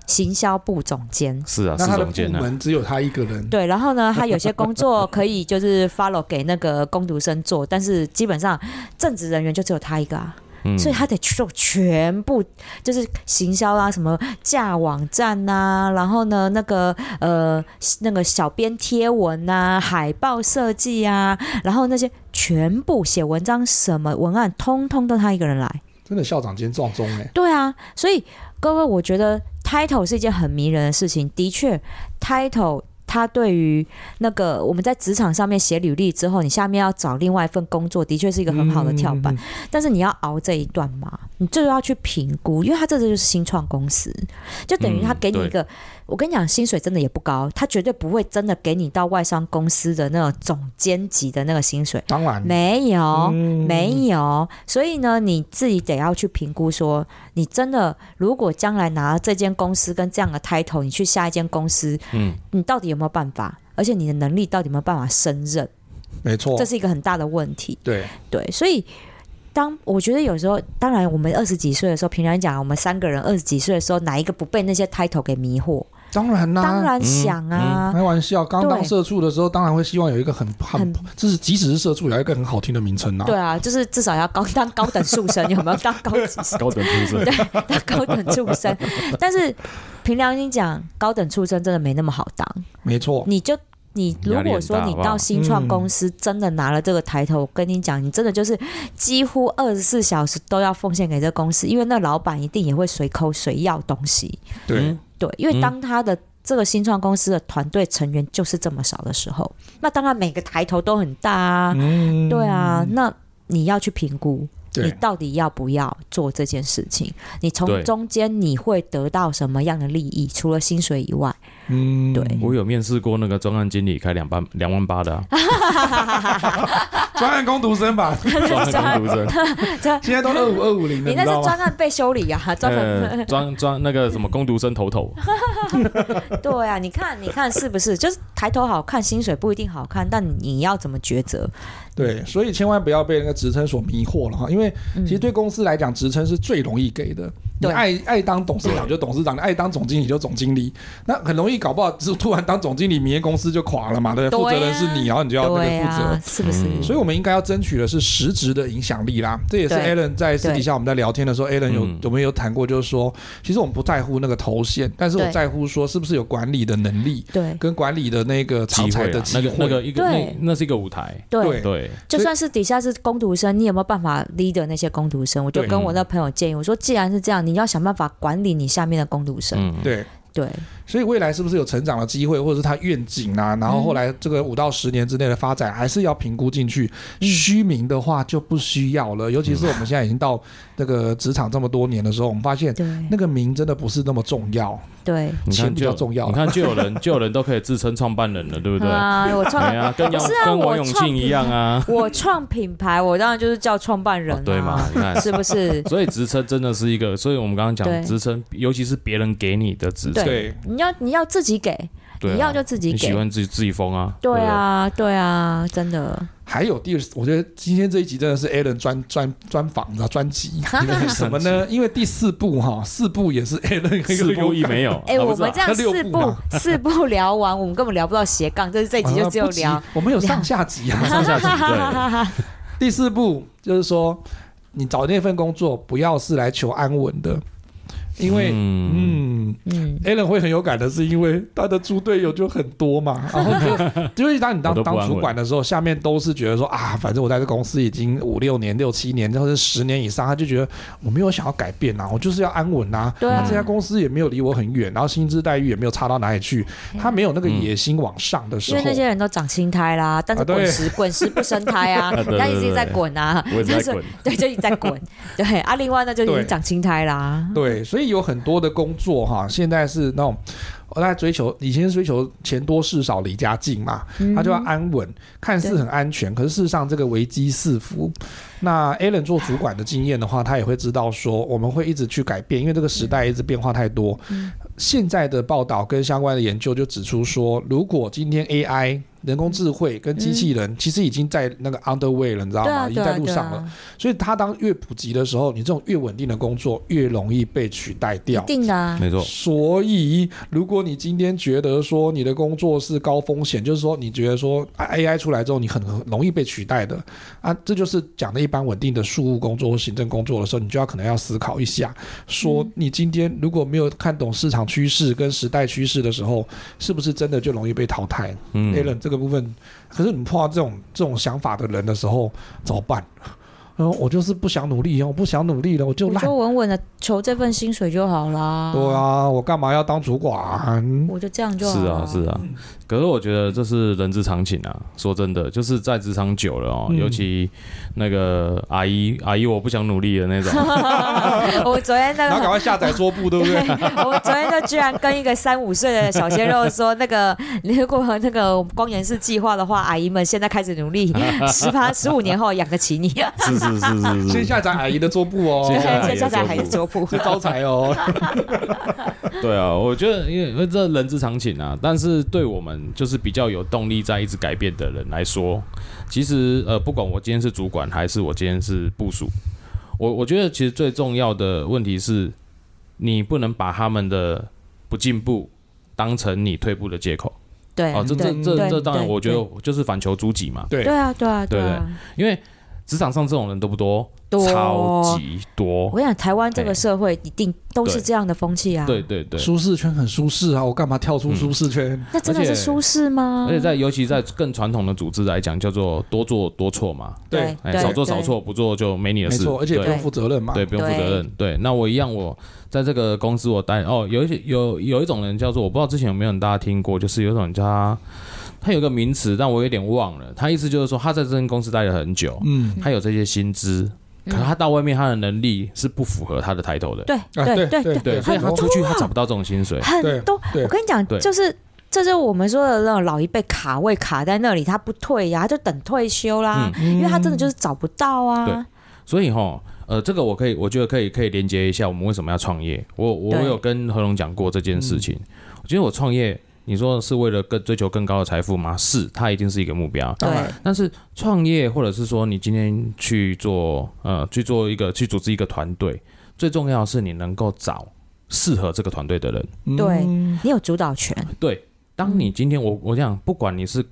B: 行销部总监。
C: 是啊，
A: 那
C: 是
A: 他的
C: 总监
A: 部
C: 啊，
A: 门只有他一个人，
B: 对，然后呢，他有些工作可以就是 follow 给那个工读生做，但是基本上正职人员就只有他一个啊。
C: 嗯
B: 所以他得做全部，就是行销啊，什么架网站呐、然后呢，那个呃，那个小编贴文呐、海报设计啊，然后那些全部写文章什么文案，通通都他一个人来。
A: 真的校长兼撞钟哎，
B: 对啊，所以各位，我觉得 title 是一件很迷人的事情。的确，title 它对于那个我们在职场上面写履历之后，你下面要找另外一份工作，的确是一个很好的跳板。
A: 嗯。
B: 但是你要熬这一段嘛，你就要去评估，因为他这个就是新创公司，就等于他
C: 嗯
B: 给你一个，我跟你讲，薪水真的也不高，他绝对不会真的给你到外商公司的那种总监级的那个薪水，
A: 当然，
B: 没有。
A: 嗯
B: 没有，所以呢，你自己得要去评估说，你真的如果将来拿这间公司跟这样的 title，你去下一间公司，
C: 嗯，
B: 你到底有没有办法？而且你的能力到底有没有办法胜任？
A: 没错
B: 这，是一个很大的问题。
A: 对，
B: 对，所以当我觉得有时候，当然我们二十几岁的时候，平常讲，我们三个人二十几岁的时候，哪一个不被那些 title 给迷惑？
A: 当然啦，
B: 当然想啊，
A: 开玩笑，刚当
B: 对
A: 社畜的时候，当然会希望有一个很很
B: 很，
A: 就是即使是社畜，也要一个很好听的名称啊。
B: 对，啊，就是至少要高当高等畜生， 有没有当高级
C: 高等出身，
B: 当高等畜 生？但是凭良心讲，高等畜生真的没那么好当，
A: 没错，
B: 你就。你如
C: 哦压力
B: 果
C: 很
B: 说
C: 大
B: 你
C: 好不好
B: 到新创公司真的拿了这个抬头，我跟你讲，你真的就是几乎二十四小时都要奉献给这公司，因为那老板一定也会随口随要东西。
A: 对
C: 嗯，
B: 对，因为
C: 嗯
B: 当他的这个新创公司的团队成员就是这么少的时候，那当然每个抬头都很大啊，
A: 嗯，
B: 对啊，那你要去评估你
A: 对，
B: 到底要不要做这件事情，你从
C: 对
B: 中间你会得到什么样的利益？除了薪水以外，
A: 嗯，
B: 对
C: 我有面试过那个专案经理，开两万两万八 的啊，
A: 专案工读生吧，
C: 专案工读生，
A: 现在都二五二五零了，
B: 你
A: 你
B: 那
A: 知
B: 是
A: 道吗？
B: 专案被修 理啊， 专门、
C: 呃，专专那个什么工读生头头，
A: 嗯
B: 对啊，你看你看是不是？就是抬头好看，薪水不一定好看，但你要怎么抉择？
A: 对，所以千万不要被那个职称所迷惑了哈，因为
B: 嗯
A: 其实对公司来讲，职称是最容易给的。你
B: 对
A: 爱爱当董事长就董事长，你爱当总经理就总经理，那很容易搞不好，只是突然当总经理，明天公司就垮了嘛，对不对？负责
B: 对
A: 人
B: 啊
A: 是你，然后你就要那
B: 对
A: 个负责
B: 啊，。是不是？
C: 嗯
A: 所以，我们应该要争取的是实质的影响力啦。这也是
B: 对
A: Alan 在私底下我们在聊天的时候，Alan 有
C: 嗯
A: 我们有谈过，就是说，其实我们不在乎那个头衔，但是我
B: 对
A: 在乎说是不是有管理的能力
B: 对
A: 跟管理的那个
C: 机
A: 长才
C: 会
A: 的
C: 啊，
A: 机
C: 那
A: 会。
C: 个那个一个
B: 对
C: 那那是一个舞台，
B: 对
A: 对
C: 对，
B: 就
A: 所以
B: 算是底下是工读生，你有没有办法 leader 那些工读生？我就
A: 对
B: 跟我那朋友建议，我说既然是这样，你要想办法管理你下面的工读生。
C: 嗯，
A: 对，
B: 对
A: 所以未来是不是有成长的机会，或者是他愿景
B: 嗯
A: 啊？然后后来这个五到十年之内的发展，还是要评估进去。
B: 嗯
A: 虚名的话就不需要了，尤其是我们现在已经到这个职场这么多年的时候，我们发现
B: 对
A: 那个名真的不是那么重要。
B: 对
C: 你
A: 钱
C: 看
A: 比
C: 就
A: 较重要
C: 你看就有人就有人都可以自称创办人了，对不对？
B: 啊！我
C: 对
A: 哎
B: 创
C: 啊，跟
B: 不
C: 杨
B: 是啊
C: 跟
B: 我
C: 王永
B: 创
C: 庆一样啊，
B: 我创品牌，我当然就是叫创办人
C: 哦
B: 啊，
C: 对嘛？你 看，
B: 是不是？
C: 所以职称真的是一个，所以我们刚刚
B: 对
C: 讲职称，尤其是别人给你的职称，
B: 对，你要你要自己给，
C: 对啊，
B: 你要就自己
C: 你喜
B: 给。
C: 欢自己自己封啊，
B: 对
C: 不，
B: 啊，对啊，真的，
A: 还有第，我觉得今天这一集真的是 Alan 专专专访的专辑，为什么呢？因为第四部哈，四部也是 Alan
C: 四部一没有，
B: 哎，
C: 啊不
B: 我
C: 是啊
B: 们这样
A: 那六
B: 四
A: 步
B: 步
A: 嘛
B: 四步聊完，我们根本聊不到斜杠，这是这一集就只有聊
A: 啊，不急我们有上下集 啊，
C: 上下集对，
B: 哈，
A: 第四步就是说，你找那份工作不要是来求安稳的，因为
C: 嗯，
A: 嗯
B: 嗯，
A: Allen 会很有感的是，因为他的猪队友就很多 嘛，然后你就就是当你当
C: 我都不
A: 当
C: 安稳
A: 主管的时候，下面都是觉得说啊，反正我在这公司已经五六年、六七年，或者十年以上，他就觉得我没有想要改变啊，我就是要安稳啊。
C: 嗯
B: 对啊
A: 那这家公司也没有离我很远，然后薪资待遇也没有差到哪里去，他没有那个
C: 嗯
A: 野心往上的时
B: 嗯因
A: 候
B: 为，那些人都长青苔啦，但是
A: 啊对
B: 滚石 滚石不生苔 啊
C: 对对，对
B: 他一直在滚啊，
C: 我也
B: 但
C: 在
B: 是
C: 滚，
B: 对，就一直在滚，对啊，另外呢就已
A: 对
B: 经长青苔啦，
A: 对，所以有很多的工作哈，现在是那种我在追求，以前是追求钱多事少离家近嘛，
B: 嗯
A: 他就要安稳，看似很安全，可是事实上这个危机四伏。那 Alan 做主管的经验的话，他也会知道说，我们会一直去改变，因为这个时代一直变化太多。
B: 嗯
A: 现在的报道跟相关的研究就指出说，如果今天 AI 人工智慧跟机器人其实已经在那个 underway 了，你知道
B: 嗯对
A: 吗？
B: 啊
A: 已经
B: 对
A: 在
B: 啊
A: 路
B: 对
A: 上了。
B: 啊，
A: 所以它当越普及的时候，你这种越稳定的工作越容易被取代
B: 一
A: 掉。
B: 定的啊，
C: 没错，
A: 所以，如果你今天觉得说你的工作是高风险，就是说你觉得说啊 AI 出来之后你很很容易被取代的啊，这就是讲的一般稳定的事务工作或行政工作的时候，你就要可能要思考一下，说你今天如果没有看懂市场趋势跟时代趋势的时候，是不是真的就容易被淘汰、
C: 嗯
A: a l a n 这个部分，可是你碰到这种这种想法的人的时候，怎么办？ 然后我就是不想努力哦，我不想努力了，我就
B: 我
A: 烂
B: 就。稳稳的求这份薪水就好啦，
A: 对，啊，我干嘛要当主 管？
B: 我就这样就好
C: 是啊
B: 啦，
C: 是啊，可是我觉得这是人之常情啊。说真的，就是在职场久了哦，
A: 嗯
C: 尤其那个阿姨阿姨，我不想努力的那 种，啊
B: 我昨天那
A: 然后赶
B: 个。
A: 快下载桌布，对不 对？
B: 我昨天就居然跟一个三五岁的小鲜肉说，那个 如果那个光源式计划的话，阿姨们现在开始努 力，十八十五年后养得起你。
C: 是是是是
A: 先
C: 是，
A: 下载阿姨的桌布哦，
C: 先下载
B: 现在还是卓 普，
A: 是招财哦。
C: 对啊，我觉得因为因为这人之常情啊，但是对我们就是比较有动力在一直改变的人来说，其实呃，不管我今天是主管还是我今天是部署，我我觉得其实最重要的问题是，你不能把他们的不进步当成你退步的借口。
B: 对
C: 哦，这这
A: 对
C: 这
B: 对
C: 这当然，
B: 对
C: 我觉得
B: 对
C: 就是反求诸己嘛，
A: 对
B: 对啊，对啊，
C: 对
B: 啊，
C: 因为职场上这种人都不多，
B: 多
C: 超级多
B: 我，跟你讲，台湾这个
C: 哎
B: 社会一定都是
C: 对
B: 这样的风气啊。
C: 对，对对，
A: 舒适圈很舒适啊，我干嘛跳出舒适圈？
B: 那真的
C: 而且
B: 是舒适吗
C: 而？且在尤其在更传统的组织来讲，叫做多做多错嘛，
A: 对
B: 对，
C: 哎，
B: 对
C: 少做
B: 对
C: 少错，不做就没你的
A: 没
C: 事，
A: 错，而且不
C: 对
A: 用负责任嘛。
C: 对，不用负责
B: 对
C: 任，对，那我一样，我在这个公司我待哦，有一些有有一种人叫做我不知道之前有没有大家听过，就是有一种人叫他，他有个名词，但我有点忘了，他意思就是说他在这间公司待了很久，
A: 嗯，
C: 他有这些薪资，可他到外面他的能力是不符合他的抬头的。
B: 对
A: 啊对
B: 对对
A: 对
C: 哎对，所以他
B: 很
C: 出
B: 多
C: 去啊他找不到这种薪水。
A: 对
B: 很多。
A: 对
B: 我跟你讲
C: 对，
B: 就是这就是我们说的那种老一辈卡位卡在那里，他不退呀，他就等退休啦，因为他真的就是找不到
C: 嗯对
B: 啊。
C: 所以哈，呃，这个我可以，我觉得可以可以连接一下我们为什么要创业。我我
B: 对
C: 有跟何龙讲过这件事情。我觉得我创业，你说是为了更追求更高的财富吗？是，它一定是一个目标。
A: 当
B: 对
A: 然，
C: 但是创业，或者是说你今天去做，呃，去做一个去组织一个团队，最重要的是你能够找适合这个团队的人。
B: 对
A: 嗯
B: 你有主导权，
C: 对，当你今天我我讲，不管你是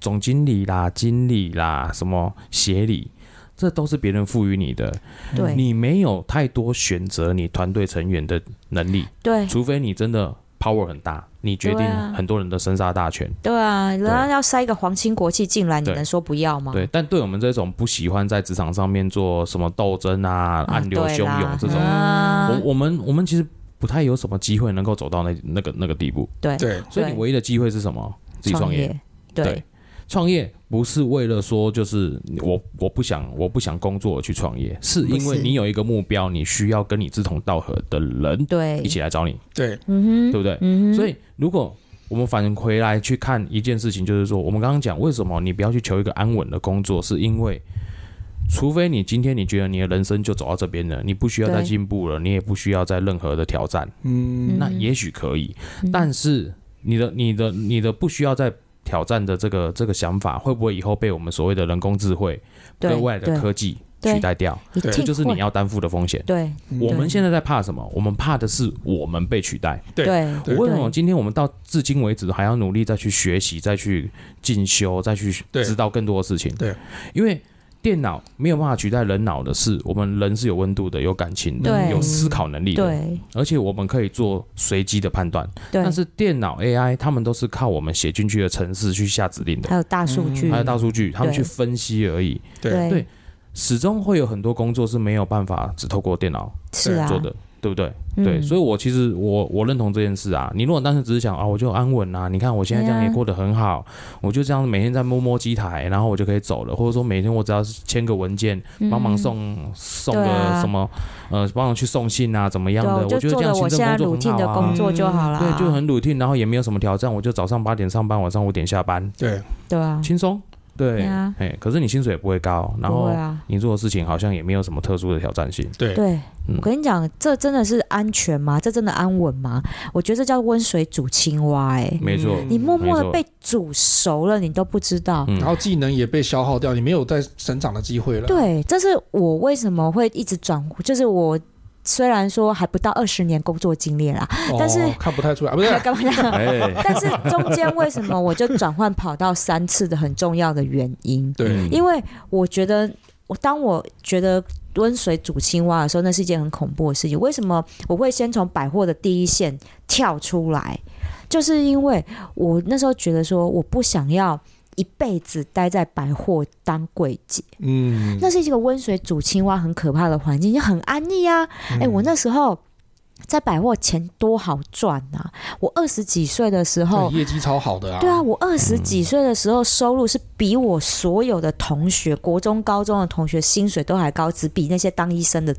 C: 总经理啦、经理啦、什么协理，这都是别人赋予你的，
B: 对
C: 你没有太多选择你团队成员的能力，
B: 对
C: 除非你真的 power 很大，你决定
B: 对啊
C: 很多人的生杀大权。
B: 对啊，人家要塞一个皇亲国戚进来，你
C: 对
B: 能说不要吗？
C: 对，但对我们这种不喜欢在职场上面做什么斗争啊、
B: 啊
C: 暗流汹
B: 对啦
C: 涌这种，
B: 啊
C: 我我们我们其实不太有什么机会能够走到那那个那个地步，
B: 对
A: 对
C: 所以你
B: 对
C: 唯一的机会是什么？自己创业。，
B: 对
C: 对创业不是为了说就是我我不想我不想工作而去创业，是因
B: 不
C: 为
B: 是
C: 你有一个目标，你需要跟你志同道合的人
B: 对
C: 一起来找你，
A: 对，
B: 嗯哼，
C: 对不对？
B: 嗯哼，
C: 所
B: 以
C: 以如果我们返回来去看一件事情，就是说我们刚刚讲为什么你不要去求一个安稳的工作，是因为。除非你今天你觉得你的人生就走到这边了，你不需要再
B: 对
C: 进步了，你也不需要再任何的挑战，
A: 嗯，
C: 那也许可以，
B: 嗯
C: 但是你的、你的、你的不需要再挑战的这个这个想法，会不会以后被我们所谓的人工智慧
B: 对
C: 跟未来的科技
B: 对
C: 取代掉？
B: 一
A: 对
C: 这
B: 定
C: 就是
B: 会
C: 你要担负的风险。
B: 对
A: 嗯
C: 我们现在在怕什么？我们怕的是我们被取代。
A: 对
B: 对
A: 对
C: 为什么今天我们到至今为止还要努力再去学习、再去进修、再去
A: 对
C: 知道更多的事情？
A: 对，
C: 因为电脑没有办法取代人脑的是，我们人是有温度的、有感情的、
B: 对
C: 有思考能力的，
B: 对
C: 而且我们可以做随机的判断。
B: 对
C: 但，是电脑 AI 他们都是靠我们写进去的程式去下指令的，
B: 还有大数据
C: 嗯还，有大数据，他们去
B: 对
C: 分析而已。
A: 对
C: 对始终会有很多工作是没有办法只透过电脑
B: 是啊，嗯
C: 做的，对不对？对，所以
B: 以
C: 我其实我我认同这件事啊。你如果当时只是想啊，我就安稳啊，你看我现在这样也过得很好，我就这样每天在摸摸机台，然后我就可以走了，或者说每天我只要是签个文件，帮忙送送个
B: 嗯对啊
C: 什么，呃，帮忙去送信啊，怎么样
B: 对啊，
C: 的？
B: 我就
C: 觉
B: 做
C: 得这样
B: 了
C: 行
B: 我现在
C: 政
B: routine
C: 工
B: 的
C: 作很好
B: 工
C: 啊。
B: 作就好啦，
C: 对，就很 routine，然后也没有什么挑战，我就早上八点上班，晚上五点下班，
A: 对，
B: 对啊，
C: 轻松。对，
B: 对
C: 哎、
B: 啊
C: 可是你薪水也不会高，然
B: 不
C: 后
B: 会啊，
C: 你做的事情好像也没有什么特殊的挑战性。
A: 对，
B: 对。
C: 嗯
B: 我跟你讲，这真的是安全吗？这真的安稳吗？我觉得这叫温水煮青蛙、哎，
C: 没 错，
A: 嗯
B: 你默默
C: 没错
B: 的被煮熟了，你都不知道。
C: 嗯
A: 然后技能也被消耗掉，你没有再成长的机会了。
B: 对，这是我为什么会一直转，就是我虽然说还不到二十年工作经历啦，
A: 哦，
B: 但是
A: 看不太出来，不是
B: 干嘛呢？
C: 哎，
B: 但是中间为什么我就转换跑道三次的很重要的原因，
A: 对
C: 嗯
B: 因为我觉得我当我觉得。温水煮青蛙的时候，那是一件很恐怖的事情。为什么我会先从百货的第一线跳出来？就是因为我那时候觉得说，我不想要一辈子待在百货当柜姐。
A: 嗯，
B: 那是一个温水煮青蛙很可怕的环境，也很安逸啊。哎、我那时候在百货钱多好赚啊！我二十几岁的时候
A: 对。业绩超好的啊，
B: 对啊，，我二十几岁的时候收入是比我所有的同学、国中、高中的同学薪水都还高，只比那些当医生的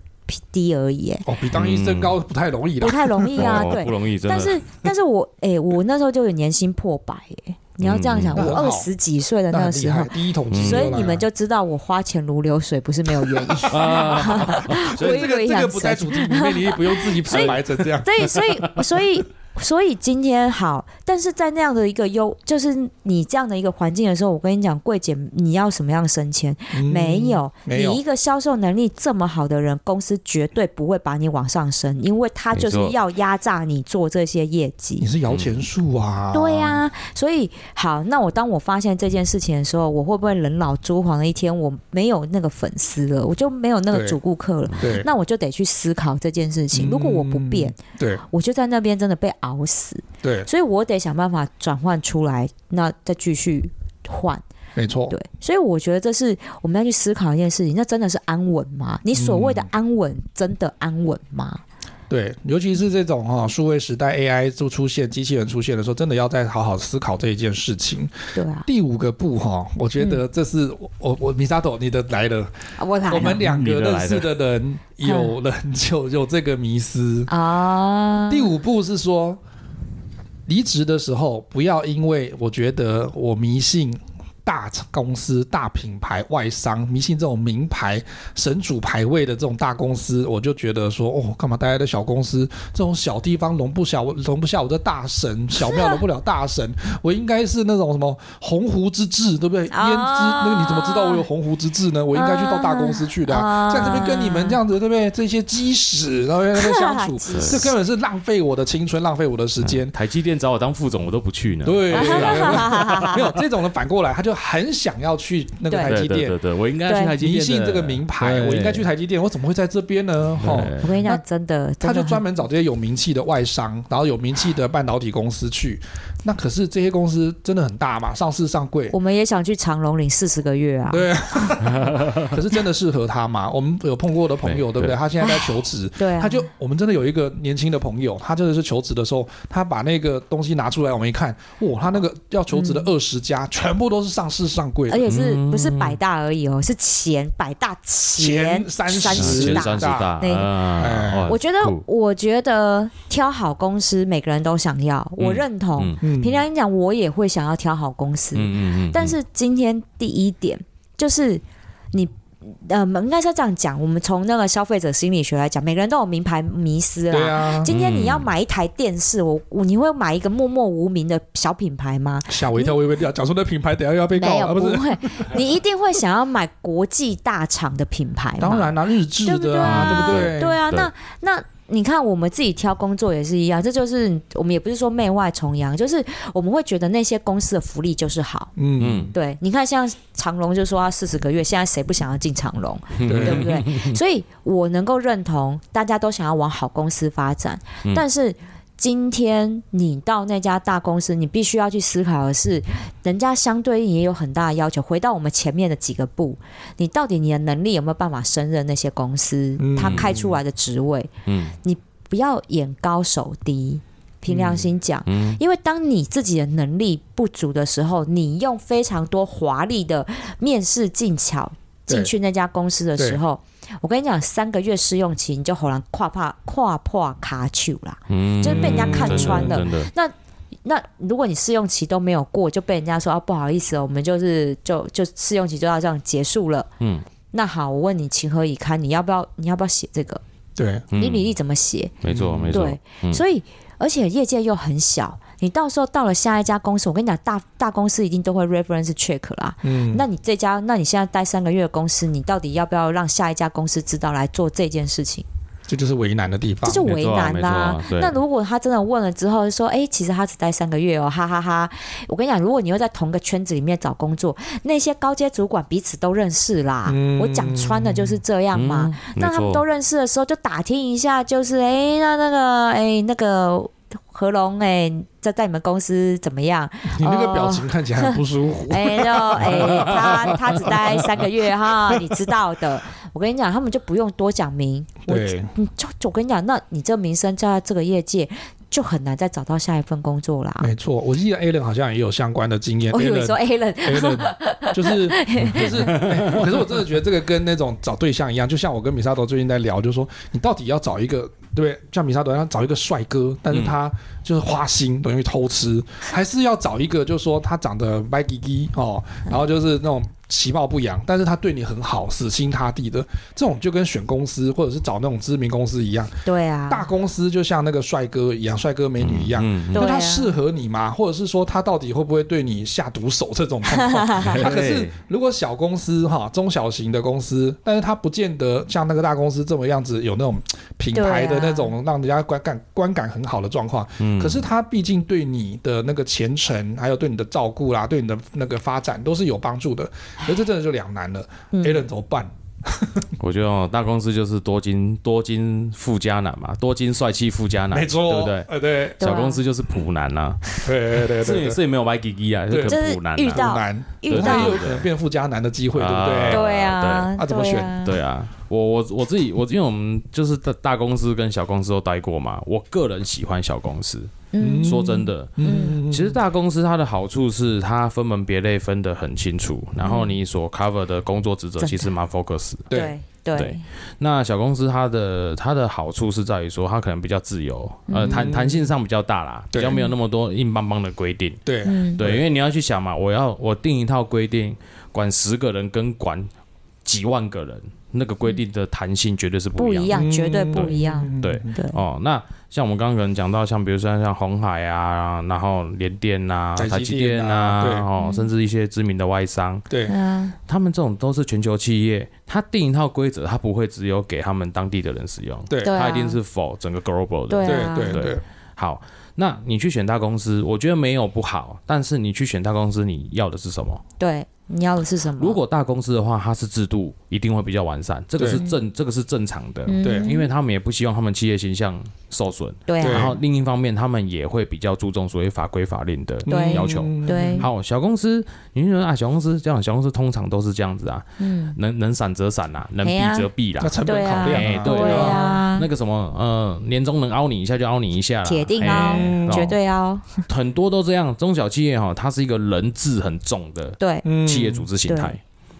B: 低而已、哎，
A: 哦，比当医生高不太容易
B: 不
A: 的，
B: 太容易啊。
C: 哦
B: 对
C: 不，容易，真的。
B: 但是但是我哎、我那时候就有年薪破百、哎，你要这样想，
A: 嗯
B: 我
A: 那很
B: 二
A: 好
B: 十几岁的
A: 那
B: 那个
A: 很厉
B: 时候
A: 害，，第一桶金
C: 嗯
A: 就
B: 所
A: 来了，
B: 以你们就知道我花钱如流水不是没有原因。
C: 啊，
A: 所以这个这
B: 我以为
A: 个
B: 养
A: 不
B: 蛇
A: 在主题里面，你也不用自己
B: 所以
A: 坦白成这 样。
B: 所以，所以，所以，所以今天好，但是在那样的一个优，就是你这样的一个环境的时候，我跟你讲，柜姐你要什么样升迁？
A: 嗯
B: 嗯没有，
A: 没有
B: 你一个销售能力这么好的人，公司绝对不会把你往上升，因为他就是
C: 没错
B: 要压榨你做这些业绩
A: 你。是摇钱树啊，
B: 对呀、所以好，那我当我发现这件事情的时候，我会不会人老珠黄的一天，我没有那个粉丝了，我就没有那个
A: 对
B: 主顾客了，
A: 对
B: 那我就得去思考这件事情。如果我不变，
A: 对
B: 我就在那边真的被熬死，
A: 对，
B: 所以我得想办法转换出来，那再继续换。
A: 没错，
B: 对，所以我觉得这是我们要去思考一件事情，那真的是安稳吗？你所谓的
A: 嗯
B: 安稳，真的安稳吗？
A: 对，尤其是这种哈、数位时代 AI 就出现，机器人出现的时候，真的要再好好思考这一件事情。
B: 对啊，
A: 第五个步哈、我觉
B: 嗯
A: 得这是我、我我米沙朵你的来了，
B: 啊我来
A: 我们
B: 了
A: 两个
C: 你的来
A: 认
C: 了
A: 识的人有人就 有这个迷思。
B: 啊，
A: 第五步是说，离职的时候不要因为我觉得我迷信大公司、大品牌、外商，迷信这种名牌、神主牌位的这种大公司，我就觉得说，哦，干嘛待在小公司这种小地方容不下我，容不下我这大神，小庙容不了大神，我应该是那种什么鸿鹄之志，对不对？焉知
B: 啊
A: 那个你怎么知道我有鸿鹄之志呢？我应该去到大公司去的、啊，
B: 啊，
A: 在这边跟你们这样子，对不对？这些鸡屎，然后在那边相处
B: 鸡屎
A: 这根本是浪费我的青春，浪费我的时间。
C: 台积电找我当副总，我都不去呢。
A: 对，
B: 啊
A: 没有这种人反过来，他就很想要去那个
B: 对
A: 台积
C: 对对
A: 电
C: 对，对，我应该去台积
A: 迷
C: 电的。
A: 信这个名牌，
C: 对
A: 我应该去台积电，我怎么会在这边呢？哈。
C: 对
B: 我跟你
A: 那
B: 讲，真的，
A: 他就专
B: 门
A: 门找这些有名气的外商，然后有名气的半导体公司去。那可是这些公司真的很大嘛，上市上柜，
B: 我们也想去长隆领四十个月啊，
A: 对。可是真的适合他吗？我们有碰过的朋友，
C: 对
A: 对不对？
C: 对
A: 他现在在求职，
B: 对啊，
A: 他就我们真的有一个年轻的朋友，他真的是求职的时候，他把那个东西拿出来，我们一看，哇，他那个要求
B: 嗯
A: 职的二十家、全部都是上市上柜
B: 而
A: 的，
B: 且是
C: 嗯
B: 不是百大而已哦，是前百大前
A: 三
B: 三
A: 十
B: 十
C: 前
B: 大
A: 大。哎
C: 三十大
B: 那个
C: 啊，哇
B: 我觉得
C: 酷，
B: 我觉得挑好公司，每个人都想要，我
C: 嗯
B: 认同。
C: 嗯
A: 嗯
B: 平常讲，我也会想要挑好公司，
C: 嗯嗯嗯，
B: 但是今天第一点就是你。呃，应该是要这样讲。我们从那个消费者心理学来讲，每个人都有名牌迷失
A: 对
B: 啦。
A: 啊，
B: 今天你要买一台电视，我我你会买一个默默无名的小品牌吗？
A: 吓我一跳，我以为要讲说那品牌等下又要被告
B: 没
A: 了，啊
B: 有，
A: 不是？
B: 会。你一定会想要买国际大厂的品牌嘛。
A: 当然啦、日制
B: 对不对
A: 的啊，对不
B: 对啊，
C: 对
B: 那那你看我们自己挑工作也是一样，这就是我们也不是说媚外崇洋，就是我们会觉得那些公司的福利就是好。
A: 嗯
C: 嗯，
B: 对，你看像长隆就说要四十个月，现在谁不想要进长隆，
A: 嗯，
B: 对
A: 对
B: 不对？所以我能够认同，大家都想要往好公司发展，
C: 嗯
B: 但是。今天你到那家大公司，你必须要去思考的是，人家相对应也有很大的要求。回到我们前面的几个步，你到底你的能力有没有办法胜任那些公司
A: 嗯
B: 他开出来的职位？
C: 嗯
B: 不要眼高手低，凭良心讲。
C: 嗯
B: 因为当你自己的能力不足的时候，你用非常多华丽的面试技巧
A: 对
B: 进去那家公司的时候，我跟你讲，三个月试用期你就好难跨怕跨破卡丘啦。
C: 嗯
B: 就是被人家看穿了
C: 真的，真的
B: 那如果你试用期都没有过，就被人家说啊不好意思哦，我们就是就就试用期就要这样结束了。
C: 嗯，
B: 那好，我问你情何以堪？你要不要你要不要写这个？
A: 对，
C: 嗯
B: 你履历怎么写？
C: 没错没错
B: 对，，
C: 嗯
B: 所以而且业界又很小，你到时候到了下一家公司，我跟你讲，大大公司一定都会 reference check 啦。
A: 嗯，
B: 那你这家，那你现在待三个月的公司，你到底要不要让下一家公司知道来做这件事情？
A: 这就是为难的地
B: 这
A: 方。
B: 就为难
C: 没
B: 啦、
C: 错啊没错啊对
B: 那如果他真的问了之后说，哎、其实他只待三个月哦，哈哈哈我跟你讲，如果你又在同个圈子里面找工作，那些高阶主管彼此都认识啦。
A: 嗯
B: 我讲穿的就是这样嘛。
C: 嗯
B: 那他们都
C: 没错
B: 认识的时候，就打听一下，就是哎、诶那那个哎、诶那个何龙哎、诶在在你们公司怎么样？
A: 你那个表情看起来很不舒服。
B: 哦 哎、就哎、诶他他只待三个月哈，你知道的。我跟你讲，他们就不用多讲明，我
A: 对，
B: 你就就我跟你讲，那你这名声在这个业界就很难再找到下一份工作啦。
A: 没错，我记得 Alan 好像也有相关的经验。
B: 我以为
A: 哎 Alan-
B: 哦说 a l a n
A: Alan 就是就是、哎可是我真的觉得这个跟那种找对象一样，就像我跟米沙头最近在聊，就是说你到底要找一个对不对？像米沙头要找一个帅哥，但是他就是花心，容易偷吃，还是要找一个就是说他长得白唧唧哦，然后就是那种其貌不扬，但是他对你很好，死心塌地的这种，就跟选公司或者是找那种知名公司一样，
B: 对啊，
A: 大公司就像那个帅哥一样，帅哥美女一样。
C: 嗯嗯
B: 对
A: 那他
B: 啊
A: 适合你吗？或者是说他到底会不会对你下毒手这种状 况？他可是
C: 对啊
A: 如果小公司哈，中小型的公司，但是他不见得像那个大公司这么样子有那种品牌的
B: 对啊
A: 那种让人家观感观感很好的状况。
C: 嗯
A: 可是他毕竟对你的那个前程，还有对你的照顾啦，对你的那个发展都是有帮助 的。而这真的就两难了
B: 嗯
A: ，Allen 怎么办？
C: 我觉得哦，大公司就是多金多金富家男嘛，多金帅气富家男，
A: 没错，
C: 对不对？
A: 呃，对，
B: 对啊
C: 小公司就是普男呐、啊，
A: 对对对
C: 这
A: 对
C: 也
A: 对，
C: 是也没有白吉吉啊，
A: 对
C: 可
B: 就是
C: 能普男、啊，
B: 遇到
A: 难，
B: 遇
A: 他也
B: 到
A: 有可能变富家男的机会，对不
C: 啊
A: 对？
B: 对啊，
A: 啊怎么
B: 对
A: 选
B: 啊
C: 对啊，我我我自己我因为我们就是大大公司跟小公司都待过嘛，我个人喜欢小公司。
B: 嗯
C: 说真的，
A: 嗯，
C: 其实大公司它的好处是它分门别类分得很清楚，然
A: 嗯
C: 后你所 cover 的工作职
B: 真
C: 责
B: 的
C: 其实蛮 focus 的。
A: 对
B: 对对
C: 对那小公司它的它的好处是在于说它可能比较自由，呃弹弹性上比较大啦，
A: 对
C: 比较没有那么多硬邦邦的规定。
A: 对，
B: 嗯，
C: 对，
A: 对
C: 因为你要去想嘛，我要我定一套规定，管十个人跟管几万个人，那个规定的弹性绝对是不
B: 不
C: 一样
B: 一样，
C: 的。
B: 绝对不一样。
A: 嗯
C: 对
B: 对，
C: 哦，那像我们刚刚可能讲到，像比如说像红海啊，然后联电啊、
A: 台积
C: 台积
A: 电
C: 电
A: 啊
C: 啊，
A: 对
C: 哦，甚至一些知名的外商，
A: 对，
B: 嗯，
C: 他们这种都是全球企业，他定一套规则，他不会只有给他们当地的人使用，
A: 对
B: 对啊
C: 他一定是否整个 global 的。
B: 对
A: 对
B: 啊
A: 对对对，
C: 好，那你去选大公司，我觉得没有不好，但是你去选大公司，你要的是什么？
B: 对，你要的是什么？
C: 如果大公司的话，它是制度一定会比较完善，这个
A: 对
C: 是正，这个是正常的，
B: 嗯
A: 对
C: 因为他们也不希望他们企业形象受损。
B: 对
A: 对
C: 然
B: 啊，
C: 后另一方面，他们也会比较注重所谓法规法令的
B: 对
C: 嗯要求。
B: 对
C: 嗯好，小公司，你就说啊，小公司这样，小公司通常都是这样子啊，
B: 嗯，
C: 能能闪则闪啦，
B: 哎
C: 能避
B: 呀
C: 则避啦
A: 那。成本考量
C: 哎
A: 啊，
C: 对
B: 对啊
C: 那，个什么，呃，年终能凹你一下就凹你一下啦，
B: 铁定凹
C: 哎哦
B: 绝对哦，
C: 很多都这样。中小企业哈、它是一个人治很重的
B: 对
A: 嗯
C: 企业组织形态、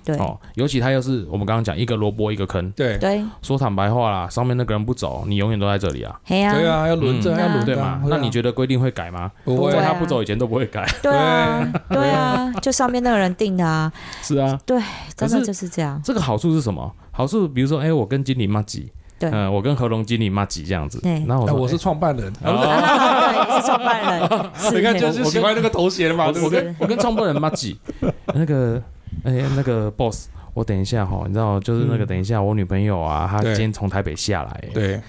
B: 对
C: 哦，尤其它又是我们刚刚讲一个萝卜一个坑。
A: 对
B: 对，
C: 说坦白话啦，上面那个人不走，你永远都在这里啊，
B: 嘿呀，
A: 对啊，要轮着
B: 嗯
A: 要轮
C: 对
A: 着
C: 吗
A: 啊，？
C: 那你觉得规定会改吗？
A: 不会
B: 对
C: 在
B: 啊
C: 他不走以前都不会改，
B: 对啊，对啊，就上面那个人定的啊，
C: 是啊。
B: 真
C: 可
B: 的
C: 是
B: 就是这样。
C: 这个好处是什么？好处比如说，哎、我跟经理骂几，
B: 对
C: 嗯、我跟合龙经理骂几这样子
B: 对，
C: 然后我
A: 哎，
C: 说，
A: 我是
C: 哎
A: 创办人，啊
C: 哦
B: 对，你是创办人，
A: 你看就是是喜欢那个头衔嘛，
C: 我
A: 对
C: 我
A: 不对？
C: 跟我跟创办人骂几，那个哎、那个 boss，我等一下哈，你知道，就是那个
A: 嗯
C: 等一下，我女朋友啊，她
A: 对
C: 今天从台北下来，
A: 对，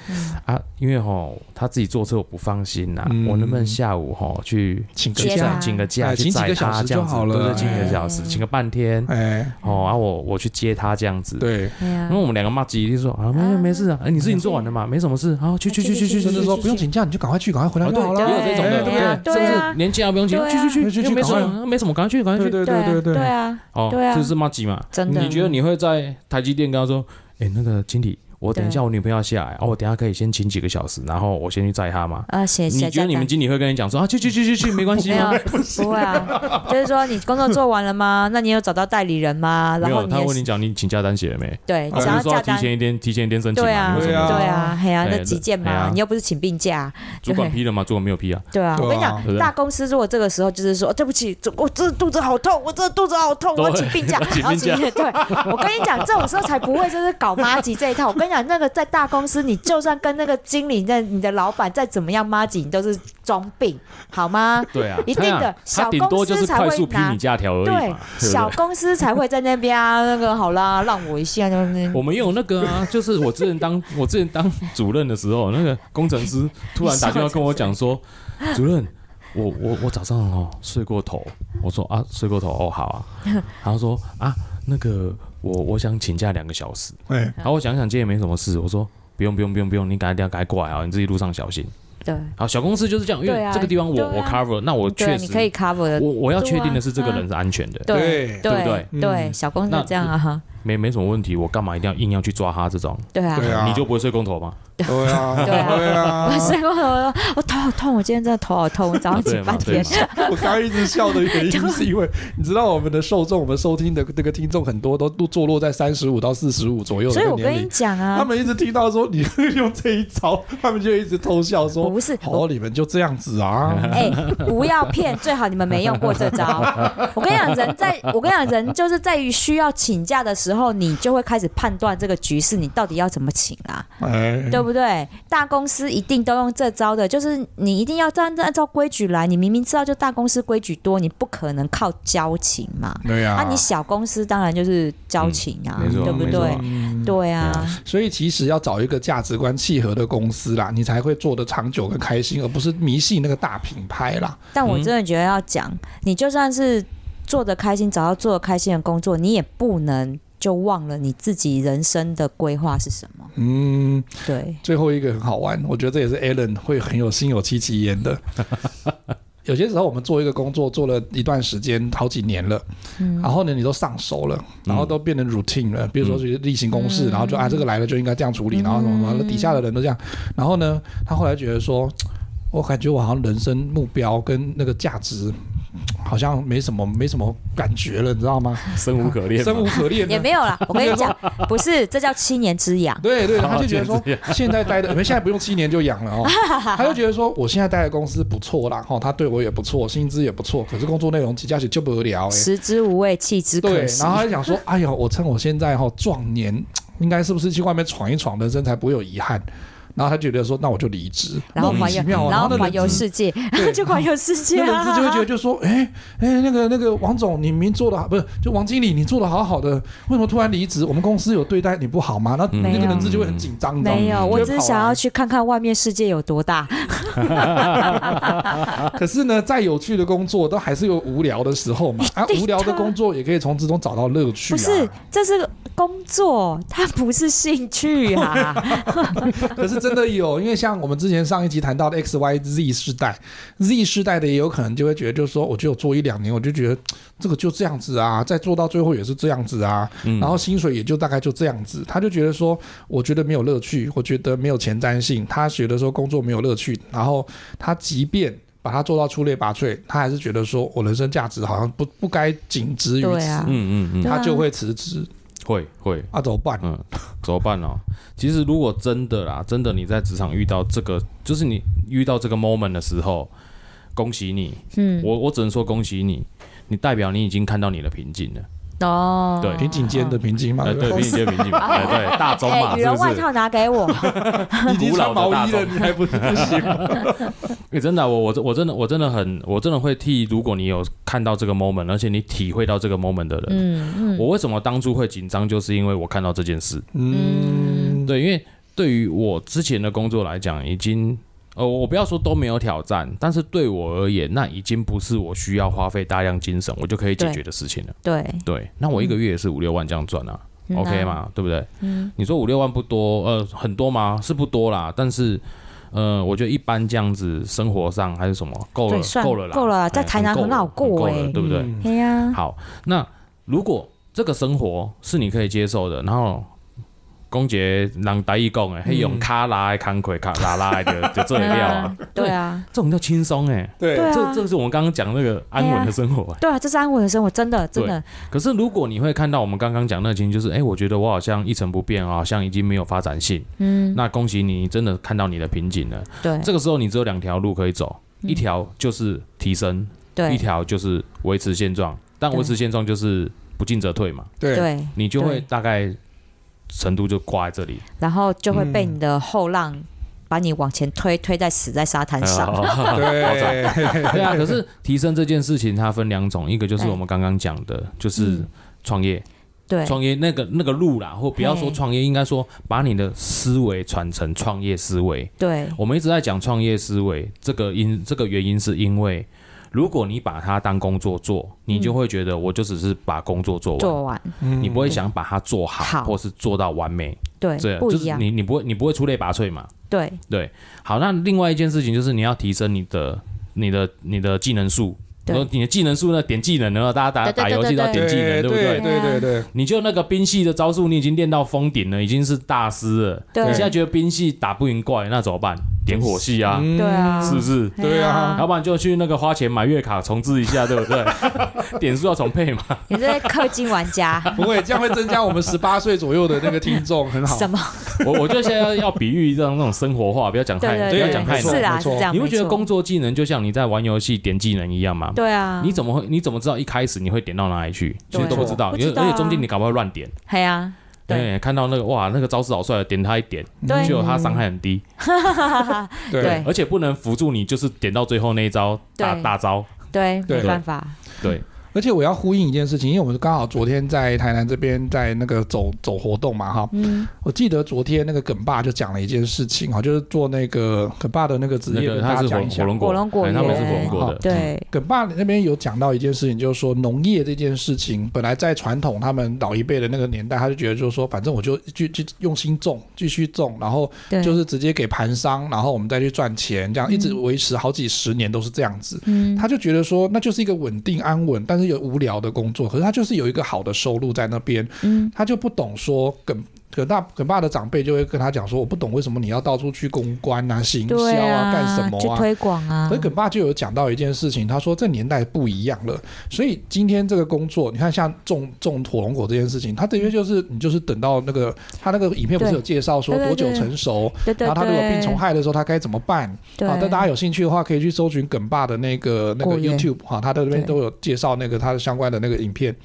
C: 啊，因为哈，她自己坐车我不放心呐、
A: 嗯
C: 我能不能下午哈去
A: 请个
B: 接
C: 这样
A: 假
B: 她，
C: 请个假
A: 哎
C: 去
A: 请几
C: 载
A: 个小
C: 她
A: 时
C: 这样
A: 就
C: 子，
A: 好
C: 对
A: 了
C: 对，请
B: 哎
C: 个小时，请个半天，
A: 哎，
C: 哦，然后我我去接她这样子，
A: 对，
B: 对啊
C: 然后我们两个骂急，就说啊，没
B: 嗯
C: 没事啊，哎你事情做完了嘛，没什么事，好，去
B: 哎
C: 去去去
A: 甚
C: 去去
A: 至
C: 去
A: 说不用请假，你就赶快去，赶快回来
C: 哦
A: 就好
C: 对，也有
A: 了。
C: 这种的，
A: 对
C: 不
A: 啊
C: 对？甚
B: 对啊
C: 至年假不用请，
B: 对啊
C: 去去
A: 哎去
C: 去，
A: 去
C: 又没什
A: 赶
C: 么，没什么，赶快去，赶快
A: 对
C: 去。
A: 对对对
B: 对，啊，
C: 哦，
B: 对啊
C: 这是骂急嘛？
B: 真的
C: 你觉得你会在台积电跟他说，哎，那个经理，我等一下我女朋友要下来，哦，我等一下可以先请几个小时，然后我先去载她嘛？
B: 呃写
C: 你
B: 写
C: 觉得
B: 账
C: 你们
B: 单。
C: 经理会跟你讲说啊，去去去去去，没关 系
B: 没有
C: 吗？，
B: 不会 啊，就是说你工作做完了吗？那你有找到代理人吗？
C: 没
B: 然后
C: 有，
B: 你
C: 他
B: 也
C: 问你讲你请假单写了没？
B: 对，
C: 啊
B: 想
C: 不
B: 要
C: 是说要
B: 价
C: 提
B: 单，
C: 前一天提前一天申请
B: 对
C: 嘛？
B: 啊
C: 你为什么
A: 对
C: 没
B: 对
A: 啊
C: 有？
B: 啊，嘿啊，
C: 对
B: 那急件
C: 对
B: 嘛
C: 啊，
B: 你又不是请病假，
C: 主管批了吗？主管没有批啊。
B: 对
A: 对
B: 啊，
A: 啊
B: 我跟你
C: 对
B: 讲，
C: 啊
B: 大公司如果这个时候就是说，哦对不起，这我这肚子好痛，我这肚子好痛，
C: 对
B: 我要请病假，
C: 请
B: 然后
C: 病假
B: 请对，我跟你讲，这种时候才不会就是搞妈吉这一套。我跟你讲，那个在大公司，你就算跟那个经理、那你的老板再怎么样妈吉，你都是装病，好吗？
C: 对啊，
B: 一定的
C: 他呀
B: 小
C: 他顶多就是快速批你假条而已
B: 对
C: 嘛，，对
B: 小
C: 不对？
B: 公司才会在那边啊，那个好啦，让我一下，对不对？
C: 我们有那个 啊，就是我之前当我之前当主任的时候，那个工程师突然打电话跟我讲说，主任，我我我早上哦睡过 头，我说啊睡过头哦好啊，然后说啊那个我我想请假两个小时，
A: 哎，
C: 然后我想想今天也没什么事，我说不用不用不用不用，你赶快赶快过来啊，你自己路上小心。
B: 对，
C: 好，小公司就是这样，因
B: 对
C: 为
B: 啊
C: 这个地方我
B: 对
C: 我
B: 啊
C: cover，那我
B: 对啊，
C: 确
B: 你
C: 实
B: 可以 cover 的，
C: 我我要
B: 对啊
C: 确定的是这个
B: 嗯
C: 人是安全的，
B: 对
C: 对不对
A: 嗯
B: 对，小公司
C: 那
B: 就这样啊哈，
C: 没没什么问题，我干嘛一定要硬要去抓他这种？
B: 对啊。
A: 对啊，
C: 你就不会睡工头吗？
A: 对啊，对啊
B: 我，睡过头了，我头好痛，我今天真的头好痛，我早上起
C: 对嘛
B: 半天。
C: 对
A: 我刚刚一直笑的原因是因为你知道我们的受众，我们收听的这个听众很多都都坐落在三十五到四十五左右的
B: 所以我
A: 年
B: 跟你
A: 龄，
B: 讲
A: 他
B: 啊，
A: 们一直听到说你 用这一招，他们就一直偷笑
B: 我
A: 说
B: 不是：“
A: 好，啊你们就这样子 啊。
B: 哎、不要 骗，最好你们没用过这招。我跟你讲，人在我跟你讲，人就是在于需要请假的时候，你就会开始判断这个局势，你到底要怎么请啦、”
A: 哎，
B: 对不对？大公司一定都用这招的，就是你一定要按按照规矩来。你明明知道就大公司规矩多，你不可能靠交情嘛。
A: 对
B: 啊，
A: 啊，
B: 你小公司当然就是交情啊，
C: 嗯没错
B: 对不
C: 没错
B: 对？
A: 嗯
B: 对啊，
A: 所以其实要找一个价值观契合的公司啦，你才会做得长久跟开心，而不是迷信那个大品牌啦。
B: 但我真的觉得要讲，你就算是做的开心，找到做的开心的工作，你也不能就忘了你自己人生的规划是什么。
A: 嗯，
B: 对，
A: 最后一个很好玩，我觉得这也是 Alan 会很有心有戚戚焉的。有些时候我们做一个工作做了一段时间，好几年了，
B: 嗯
A: 然后呢你都上手了，然后都变成 routine 了，比如说就是例行公事，
B: 嗯
A: 然后就啊这个来了就应该这样处理，然后什么什么，底下的人都这样。然后呢，他后来觉得说，我感觉我好像人生目标跟那个价值好像没什么没什么感觉了，你知道吗？
C: 生无可恋嘛，
A: 生无可恋了，啊
B: 也没有啦。我跟你讲，不是，这叫七年之痒。
A: 对对，他就
C: 哦
A: 觉得说
C: 这样
A: 现在待的，你 们现在不用七年就养了 哦。他就觉得说我现在待的公司不错啦，哈，他对我也不错，薪资也不错，可是工作内容加起来就不得了哎、
B: 食之无味，弃之
A: 对
B: 可，惜
A: 然。后他就想说，哎呦，我趁我现在哈、壮年，应该是不是去外面闯一闯，人生才不会有遗憾。然后他觉得说，那我就离职，
B: 然后
A: 莫
B: 环
A: 名其妙
B: 游，
A: 啊，
B: 然后
A: 那
B: 环
A: 人
B: 游世界，然 后就环游世界
A: 那人
B: 啊！
A: 资就会觉得就说，哎哎，那个那个王总，你明做的不是，就王经理，你做的好好的，为什么突然离职？我们公司有对待你不好吗？那
C: 嗯
A: 那
B: 没
A: 个
B: 有
A: 人资就会很紧张，你知道吗
B: 没有，
A: 就
B: 我
A: 会
B: 只是
A: 跑啊
B: 想
A: 来
B: 要去看看外面世界有多大。
A: 可是呢，再有趣的工作都还是有无聊的时候嘛。啊，
B: 对
A: 无聊的
B: 的
A: 工作也可以从之中找到乐趣、啊。
B: 不是，这是工作，它不是兴趣啊。
A: 可是真的有，因为像我们之前上一集谈到的 X、Y、Z 世代，Z 世代的也有可能就会觉得，就是说，我就有做一两年，我就觉得这个就这样子啊，再做到最后也是这样子啊，
C: 嗯
A: 然后薪水也就大概就这样子，他就觉得说，我觉得没有乐趣，我觉得没有前瞻性，他觉得说工作没有乐趣，然后他即便。把它做到出类拔萃，他还是觉得说，我人生价值好像不不该仅止于
B: 对
A: 此，
B: 啊
C: 嗯嗯嗯，
B: 对啊
A: 他就会辞职
C: 会会，
A: 啊，怎么办？
C: 嗯，怎么办哦？其实如果真的啦，真的你在职场遇到这个，就是你遇到这个 moment 的时候，恭喜你，
B: 嗯，
C: 我我只能说恭喜你，你代表你已经看到你的瓶颈了。
B: 哦，
C: 对
A: 瓶颈间的瓶颈嘛，
C: 呃， 对，
A: 不
C: 比你接比你，哎，对，大中嘛，
B: 哎，羽
C: 是
B: 绒
C: 不
B: 外
C: 是？
B: 套拿 给我，
A: 你已经
C: 古
A: 穿
C: 老的
A: 毛
C: 大
A: 衣了，
C: 众
A: 你还不不行？
C: 哎，真的啊，我我真我真的我真的很，我真的会替，如果你有看到这个 moment，而且你体会到这个 moment 的人，
B: 嗯嗯，
C: 我为什么当初会紧张，就是因为我看到这件事。
A: 嗯，
C: 对，因为对于我之前的工作来讲，已经呃，我不要说都没有挑战，但是对我而言，那已经不是我需要花费大量精神我就可以解决的事情了。
B: 对
C: 对，那我一个月也是五六万这样赚啊、
B: 嗯啊
C: o k 嘛，对不对？
B: 嗯
C: 你说五六万不多，呃，很多吗？是不多啦，但是。呃，我觉得一般这样子，生活上还是什么够了
B: 对，算
C: 够了啦，
B: 够了啦
C: 哎
B: 在台南
C: 够了
B: 很好过
C: 了
B: 哎
C: 对不对？
A: 嗯
B: 哎呀，
C: 好，那如果这个生活是你可以接受的，然后公杰人台语讲诶，嘿用卡拉的工课卡拉拉的就就做得了啊，
B: 嗯 对啊，
C: 这种叫轻松诶。
A: 对
B: 对啊
C: 这这是我们刚刚讲那个安稳的生活、欸。
B: 对啊，这是安稳的生活，真的真的，
C: 可是如果你会看到我们刚刚讲那情，就是诶，我觉得我好像一成不变，好像已经没有发展性。
B: 嗯，
C: 那恭喜你，你真的看到你的瓶颈了。
B: 对嗯
C: 这个时候你只有两条路可以走，一条就是提升，一
B: 对
C: 条就是维持现状。但维持现状就是不进则退嘛。
A: 对，
B: 对，
C: 你就会
B: 对
C: 大概程度就挂在这里。
B: 然后就会被
A: 嗯
B: 你的后浪把你往前推，推在死在沙滩
C: 哎
B: 上，
A: 对，
C: 对啊，可是提升这件事情它分两种，一个就是我们刚刚讲的，就是
B: 嗯
C: 创业，
B: 对
C: 创业那个那个路啦，或不要说
B: 嘿
C: 创业，应该说把你的思维传承创业思维。
B: 对
C: 我们一直在讲创业思维，这个因这个原因是因为。如果你把它当工作做，你就会觉得我就只是把工作做完，
B: 做完
C: 你不会想把它做好，
B: 好
C: 或是做到完美，
B: 对
C: 这样
B: 不
C: 啊就
B: 一
C: 是
B: 样，
C: 你你不会你不会出类拔萃嘛？
B: 对
C: 对，好，那另外一件事情就是你要提升你的、你的、你的技能数。
B: 对
C: 然后你的技能数呢？点技能呢？大家打
B: 对对
C: 打
B: 对
C: 游戏都要点技能，
A: 对
C: 对不
A: 对
C: 对？
A: 对对，
C: 你就那个兵系的招数，你已经练到封顶了，已经是大师了。
B: 对
C: 你现在觉得兵系打不赢怪，那怎么办？点火系啊，
A: 嗯
B: 对啊，哎
C: 是不是？
A: 对啊
C: 要不然就去那个花钱买月卡重置一下，对不对？ 点数要重配嘛。
B: 你这些氪金玩 家
A: 不会，这样会增加我们十八岁左右的那个听众，很好。
B: 什么？
C: 我我觉得现在要比喻让那种生活化，不要讲
B: 对
C: 太
B: 对
C: 不
A: 对
C: 要讲太
A: 没错
B: 是
C: 难。
B: 啊，
A: 没
B: 是
A: 错
B: 这样，
C: 你会
B: 没
C: 觉得
B: 错
C: 工作技能就像你在玩游戏点技能一样吗？
B: 对啊，
C: 你怎么会？你怎么知道一开始你会点到哪里去？其实都不知道，
B: 对啊
C: 因为
B: 不知道啊
C: 而且中间你搞不好乱点。哎
B: 嘿啊，对
C: 对，看到那个哇，那个招式好帅，点他一点，
B: 对
C: 结果他伤害很低，
A: 对
B: 对
C: 而且不能辅助你，就是点到最后那一招大
B: 对
C: 大招。
B: 对，
A: 对
B: 没办法，
C: 对，
A: 而且我要呼应一件事情，因为我们刚好昨天在台南这边在那个走走活动嘛，哈，
B: 嗯，
A: 我记得昨天那个耿爸就讲了一件事情，哈，就是做那个耿爸的那个职
C: 那
A: 业，
C: 个
A: 跟大
C: 他
A: 家
C: 是
A: 讲
C: 火
A: 一
C: 火
A: 下。
C: 龙果，
B: 火龙果
C: 哎他们是
A: 园
C: 火龙果的。
B: 对
A: 耿爸那边有讲到一件事情，就是说农业这件事情，本来在传统他们老一辈的那个年代，他就觉得就是说，反正我就就就用心种，继续种，然后
C: 嗯
B: 对，
A: 就是直接给盘商，然后我们再去赚钱，这样一直维持好几十年都是这样子。
B: 嗯，
A: 他就觉得说，那就是一个稳定安稳，但是有无聊的工作，可是他就是有一个好的收入在那边，
B: 嗯，
A: 他就不懂说耿耿大耿爸的长辈就会跟他讲说，我不懂为什么你要到处去公关啊、行销
B: 对
A: 啊、干什
B: 去
A: 么啊。
B: 推广啊
A: 所以，耿爸就有讲到一件事情，他说这年代不一样了，所以今天这个工作，你看像种种火龙果这件事情，他的确就是你就是等到那个他那个影片不是
B: 对
A: 有介绍说
B: 对对
A: 多久
B: 对
A: 成熟，
B: 对对对，
A: 然后他如果病虫害的时候他该怎么办，
B: 对，
A: 好，但大家有兴趣的话，可以去搜寻耿爸的那个那个
B: 果园
A: YouTube 哈，他在这边
B: 对
A: 都有介绍那个他的相关的那个影片。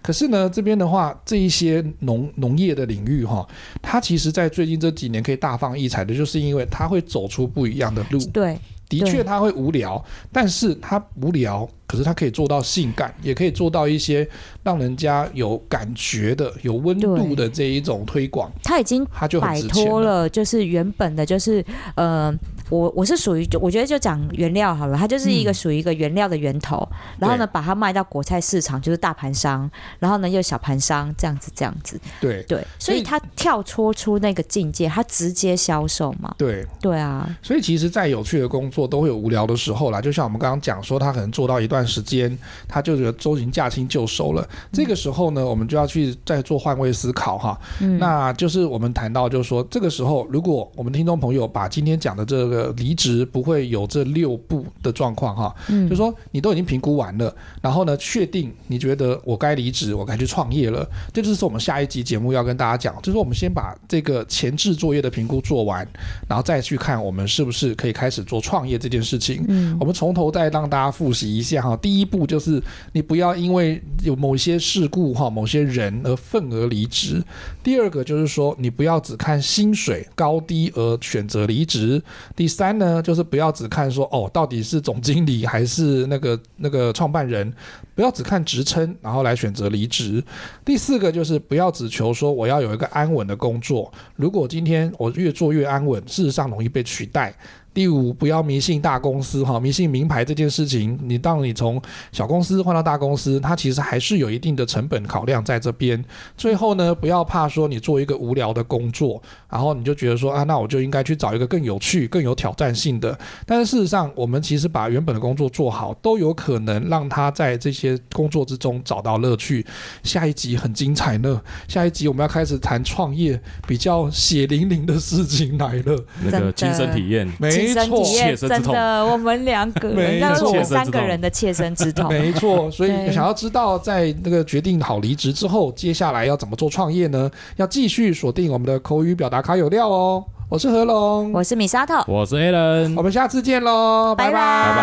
A: 可是呢，这边的话，这一些农农业的领域哈，它其实在最近这几年可以大放异彩的，就是因为它会走出不一样的路。
B: 对
A: 的
B: 对
A: 确，它会无聊，但是它无聊，可是它可以做到性感，也可以做到一些让人家有感觉的、有温度
B: 对
A: 的这一种推广，
B: 他已经
A: 它就很
B: 摆
A: 值钱
B: 脱。了，就是原本的，就是呃，我我是属于，我觉得就讲原料好了，它就是
A: 嗯
B: 一个属于一个原料的源头，然后呢，把它卖到国菜市场，就是大盘商，然后呢又有小盘商这样子这样子，
A: 对
B: 对，所
A: 所以
B: 以它跳脱出那个境界，它直接销售嘛，
A: 对，
B: 对啊，
A: 所以其实再有趣的工作都会有无聊的时候啦，就像我们刚刚讲说，他可能做到一段时间，他就觉得周行驾轻就熟
B: 嗯
A: 了。这个时候呢，我们就要去再做换位思考哈。
B: 嗯，
A: 那就是我们谈到，就是说这个时候，如果我们听众朋友把今天讲的这个个离职不会有这六步的状况哈。
B: 嗯
A: 就说你都已经评估完了，然后呢，确定你觉得我该离职，我该去创业了，这就是我们下一集节目要跟大家讲，就是我们先把这个前置作业的评估做完，然后再去看我们是不是可以开始做创业这件事情。
B: 嗯
A: 我们从头再让大家复习一下哈。第一步就是你不要因为有某些事故哈、某些人而愤而离职。第二个就是说，你不要只看薪水高低而选择离职。第三呢，就是不要只看说哦，到底是总经理还是那个那个创办人，不要只看职称，然后来选择离职。第四个就是不要只求说我要有一个安稳的工作，如果今天我越做越安稳，事实上容易被取代。第五，不要迷信大公司哈，迷信名牌这件事情。你当你从小公司换到大公司，它其实还是有一定的成本考量在这边。最后呢，不要怕说你做一个无聊的工作，然后你就觉得说啊，那我就应该去找一个更有趣、更有挑战性的。但是事实上，我们其实把原本的工作做好，都有可能让他在这些工作之中找到乐趣。下一集很精彩呢，下一集我们要开始谈创业比较血淋淋的事情来了。
C: 那个亲身体验，
A: 没
B: 亲身
A: 错，
B: 体验
C: 切身之
B: 真
C: 痛
B: 的，我们两个
A: 没
B: 人，但是我
A: 错
B: 们三个人的切身之痛。
A: 没错，所以
B: 对
A: 想要知道在那个决定好离职之后，接下来要怎么做创业呢？要继续锁定我们的口语表达卡有料哦。我是何龙，
B: 我是米沙头，
C: 我是 Alan，
A: 我们下次见喽，拜
B: 嗯拜
A: 拜
C: 拜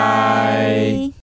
C: 拜